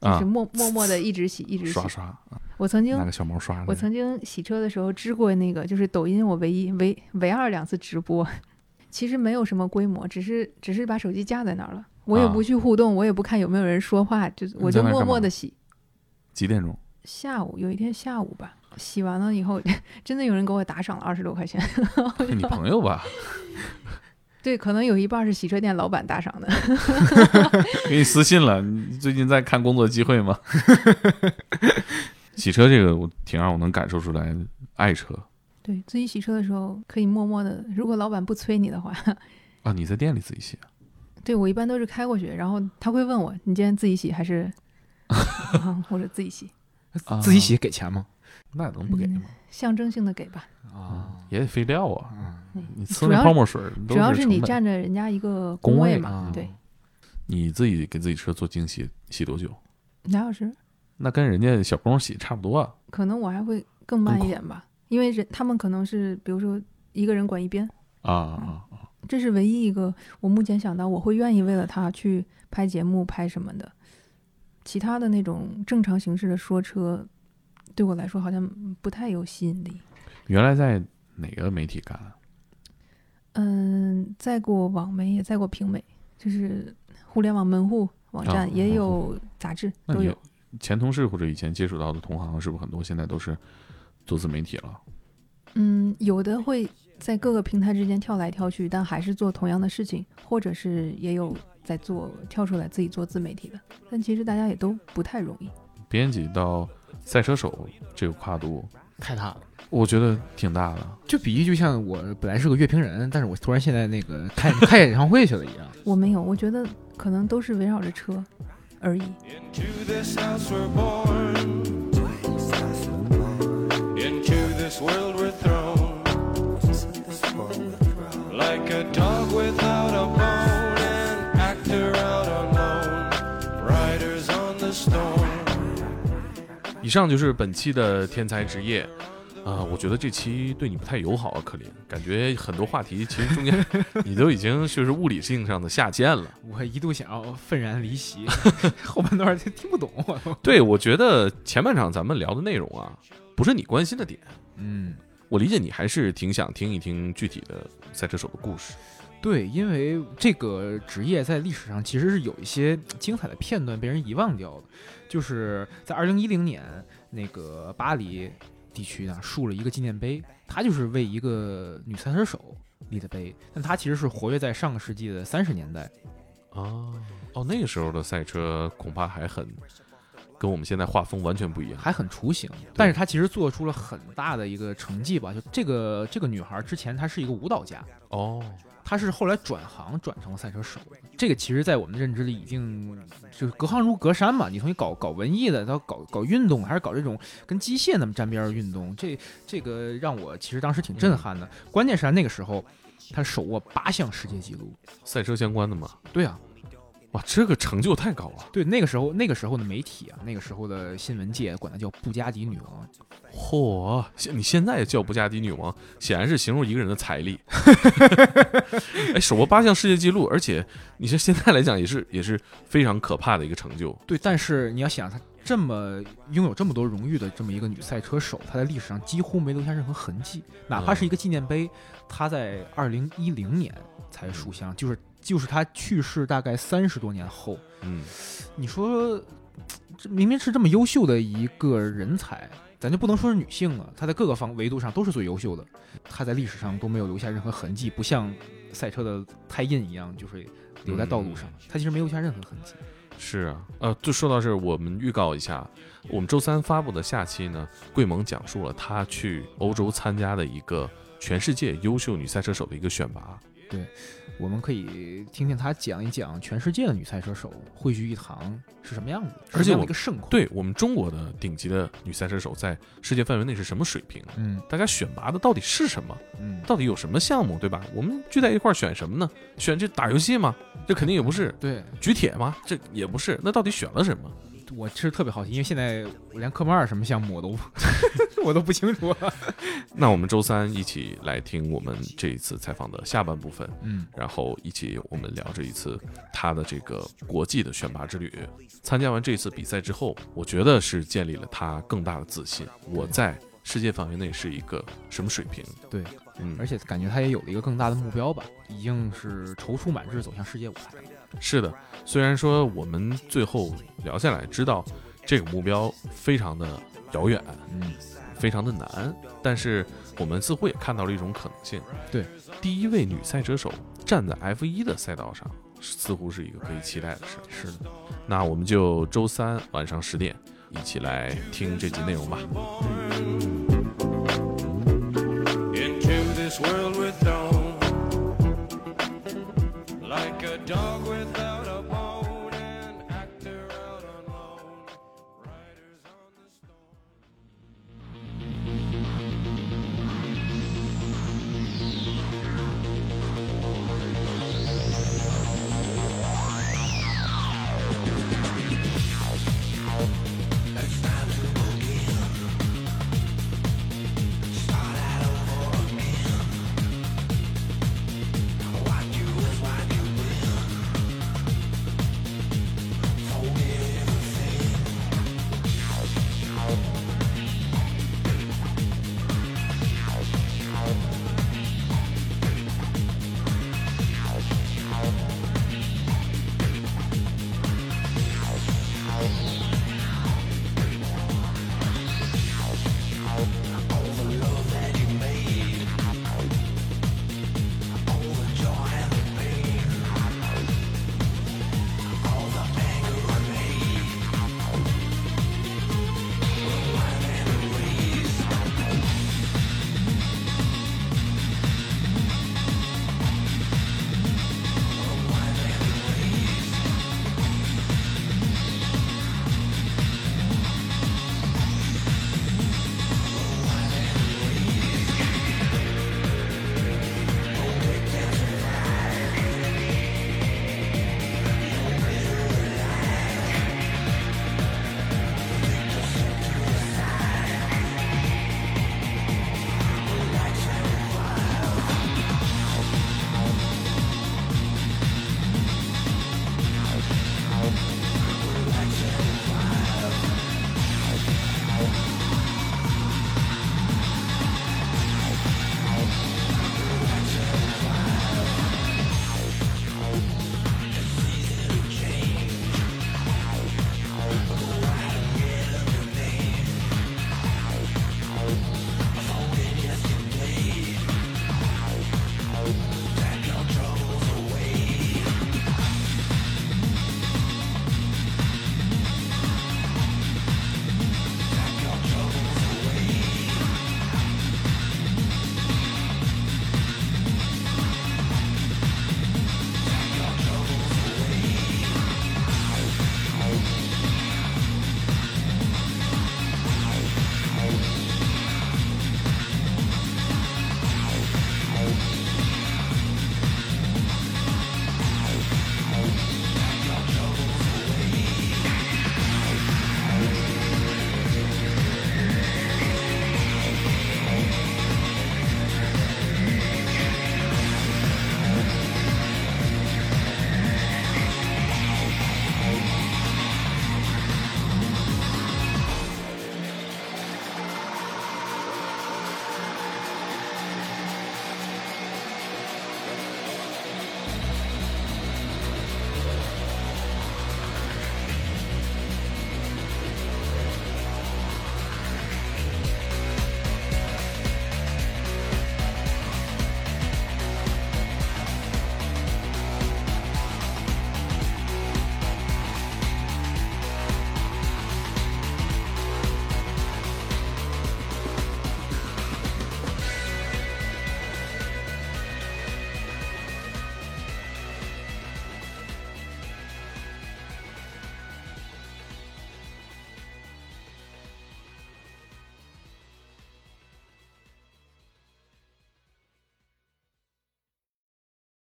S3: 就
S6: 啊
S3: 是，默默默的一直洗一直洗
S6: 刷。刷，
S3: 我曾经
S6: 拿个小毛刷，
S3: 我曾经洗车的时候支过那个，就是抖音我唯一唯唯二两次直播，其实没有什么规模，只是只是把手机架在那儿了，我也
S6: 啊
S3: 不去互动，我也不看有没有人说话，就我
S6: 你在
S3: 就
S6: 那儿
S3: 默
S6: 干
S3: 默
S6: 嘛
S3: 的洗。
S6: 几点
S3: *laughs*
S6: 钟？
S3: 下午有一天下午吧，洗完了以后， *laughs* 真的有人给我打赏了二十多块钱。 *laughs*
S6: 是你朋友吧？
S3: 对，可能有一半是洗车店老板打赏的。
S6: 给你私信了，你最近在看工作机会吗？ *laughs* 洗车这个，我挺让我能感受出来爱车
S3: 对自己洗车的时候，可以默默的，如果老板不催你的话， *laughs*
S6: 啊！你在店里自己洗啊，
S3: 对我一般都是开过去，然后他会问我，你今天自己洗
S6: *laughs*
S3: 还是啊或者自己洗，
S6: 啊
S2: 自己洗给钱吗？
S6: 那能不给啊吗？
S3: 象征性的给吧。
S2: 啊
S6: 也得费料啊！
S2: 啊，
S6: 你呲那泡沫水儿，
S3: 主要
S6: 都
S3: 是
S6: 成
S3: 你
S6: 本
S3: 占着人家一个
S6: 工
S3: 位
S6: 位
S3: 嘛，
S2: 啊
S3: 对，
S6: 你自己给自己车做精洗，洗多久？
S3: 俩小时，
S6: 那跟人家小工洗差不多啊。
S3: 可能我还会更慢
S6: 更
S3: 一点吧，因为人他们可能是比如说一个人管一边，
S6: 啊啊啊！
S3: 这是唯一一个我目前想到我会愿意为了他去拍节目拍什么的，其他的那种正常形式的说车，对我来说好像不太有吸引力。
S6: 原来在哪个媒体干啊？
S3: 嗯，在过网媒也在过平媒，就是互联网门户网
S6: 啊
S3: 站也
S6: 门户
S3: 有杂志
S6: 那
S3: 都
S6: 你
S3: 有。
S6: 前同事或者以前接触到的同行，是不是很多现在都是做自媒体了？
S3: 嗯，有的会在各个平台之间跳来跳去，但还是做同样的事情，或者是也有在做跳出来自己做自媒体的。但其实大家也都不太容易。
S6: 编辑到赛车手这个跨度，
S2: 太大了。
S6: 我觉得挺大的。
S2: 这比喻就像我本来是个乐评人，但是我突然现在那个开开演唱会去了一样。
S3: 我没有，我觉得可能都是围绕着车而已。
S4: Into this house we're born. Into this world we're thrown. Like a dog without a bone, an actor out alone. Riders on the storm.
S1: 以上就是本期的天才职业。啊、我觉得这期对你不太友好啊，可林，感觉很多话题其实中间 *laughs* 你都已经就是物理性上的下线了。
S2: 我一度想要愤然离 *laughs* 席，后半段就听不懂我。
S1: 对，我觉得前半场咱们聊的内容啊，不是你关心的点，
S2: *laughs* 嗯，
S1: 我理解你还是挺想听一听具体的赛车手的故事。
S2: 对，因为这个职业在历史上其实是有一些精彩的片段被人遗忘掉的，就是在二零一零年，那个巴黎地区呢竖了一个纪念碑，它就是为一个女赛车手立的碑，但它其实是活跃在上个世纪的三十年代。
S1: 哦哦，那个时候的赛车恐怕还很跟我们现在画风完全不一样。
S2: 还很雏形，但是她其实做出了很大的一个成绩吧。就这个这个女孩之前她是一个舞蹈家，
S1: 哦，
S2: 她是后来转行转成赛车手。这个其实，在我们的认知里已经就是隔行如隔山嘛。你从你搞搞文艺的，到搞搞运动，还是搞这种跟机械那么沾边儿的运动，这这个让我其实当时挺震撼的。关啊键是她那个时候，她手握八项世界纪录。
S1: 赛车相关的嘛，
S2: 对啊，
S1: 哇，这个成就太高了！
S2: 对，那个时候那个时候的媒体啊，那个时候的新闻界管它叫布加迪女王。
S1: 嚯，现你现在也叫布加迪女王，显然是形容一个人的财力。 *laughs* 哎，手握八项世界纪录，而且你像现在来讲也是也是非常可怕的一个成就。
S2: 对，但是你要想，她这么拥有这么多荣誉的这么一个女赛车手，她在历史上几乎没留下任何痕迹，哪怕是一个纪念碑，她在二零一零年才书香，就是就是她去世大概三十多年后。
S1: 嗯，
S2: 你说，这明明是这么优秀的一个人才，咱就不能说是女性了，她在各个方维度上都是最优秀的，她在历史上都没有留下任何痕迹，不像赛车的胎印一样，就是留在道路上，她其实没留下任何痕迹。
S1: 是啊，呃，就说到这儿，我们预告一下，我们周三发布的下期呢，桂萌讲述了她去欧洲参加的一个全世界优秀女赛车手的一个选拔。
S2: 我们可以听听她讲一讲全世界的女赛车手汇聚一堂是什么样子，
S1: 而且
S2: 是什么样
S1: 我
S2: 的一个盛况。，
S1: 对我们中国的顶级的女赛车手在世界范围内是什么水平？
S2: 嗯
S1: 大家选拔的到底是什么？
S2: 嗯，
S1: 到底有什么项目，对吧？我们聚在一块儿选什么呢？选这打游戏吗？这肯定也不是。
S2: 对
S1: 举铁吗？这也不是。那到底选了什么？
S2: 我其实特别好奇，因为现在我连科目二什么项目我都 *laughs* 我都不清楚啊了。
S1: 那我们周三一起来听我们这一次采访的下半部分，
S2: 嗯，
S1: 然后一起我们聊这一次她的这个国际的选拔之旅。参加完这次比赛之后，我觉得是建立了她更大的自信。我在世界范围内是一个什么水平？
S2: 对。
S1: 嗯，
S2: 而且感觉他也有了一个更大的目标吧，已经是踌躇满志走向世界舞台了。
S1: 是的，虽然说我们最后聊下来知道这个目标非常的遥远，
S2: 嗯，
S1: 非常的难，但是我们似乎也看到了一种可能性。
S2: 对，
S1: 第一位女赛车手站在 F 1的赛道上，似乎是一个可以期待的事。
S2: 是的。
S1: 那我们就周三晚上十点一起来听这集内容吧。
S4: into this world with dawn. Like a dog without a bone.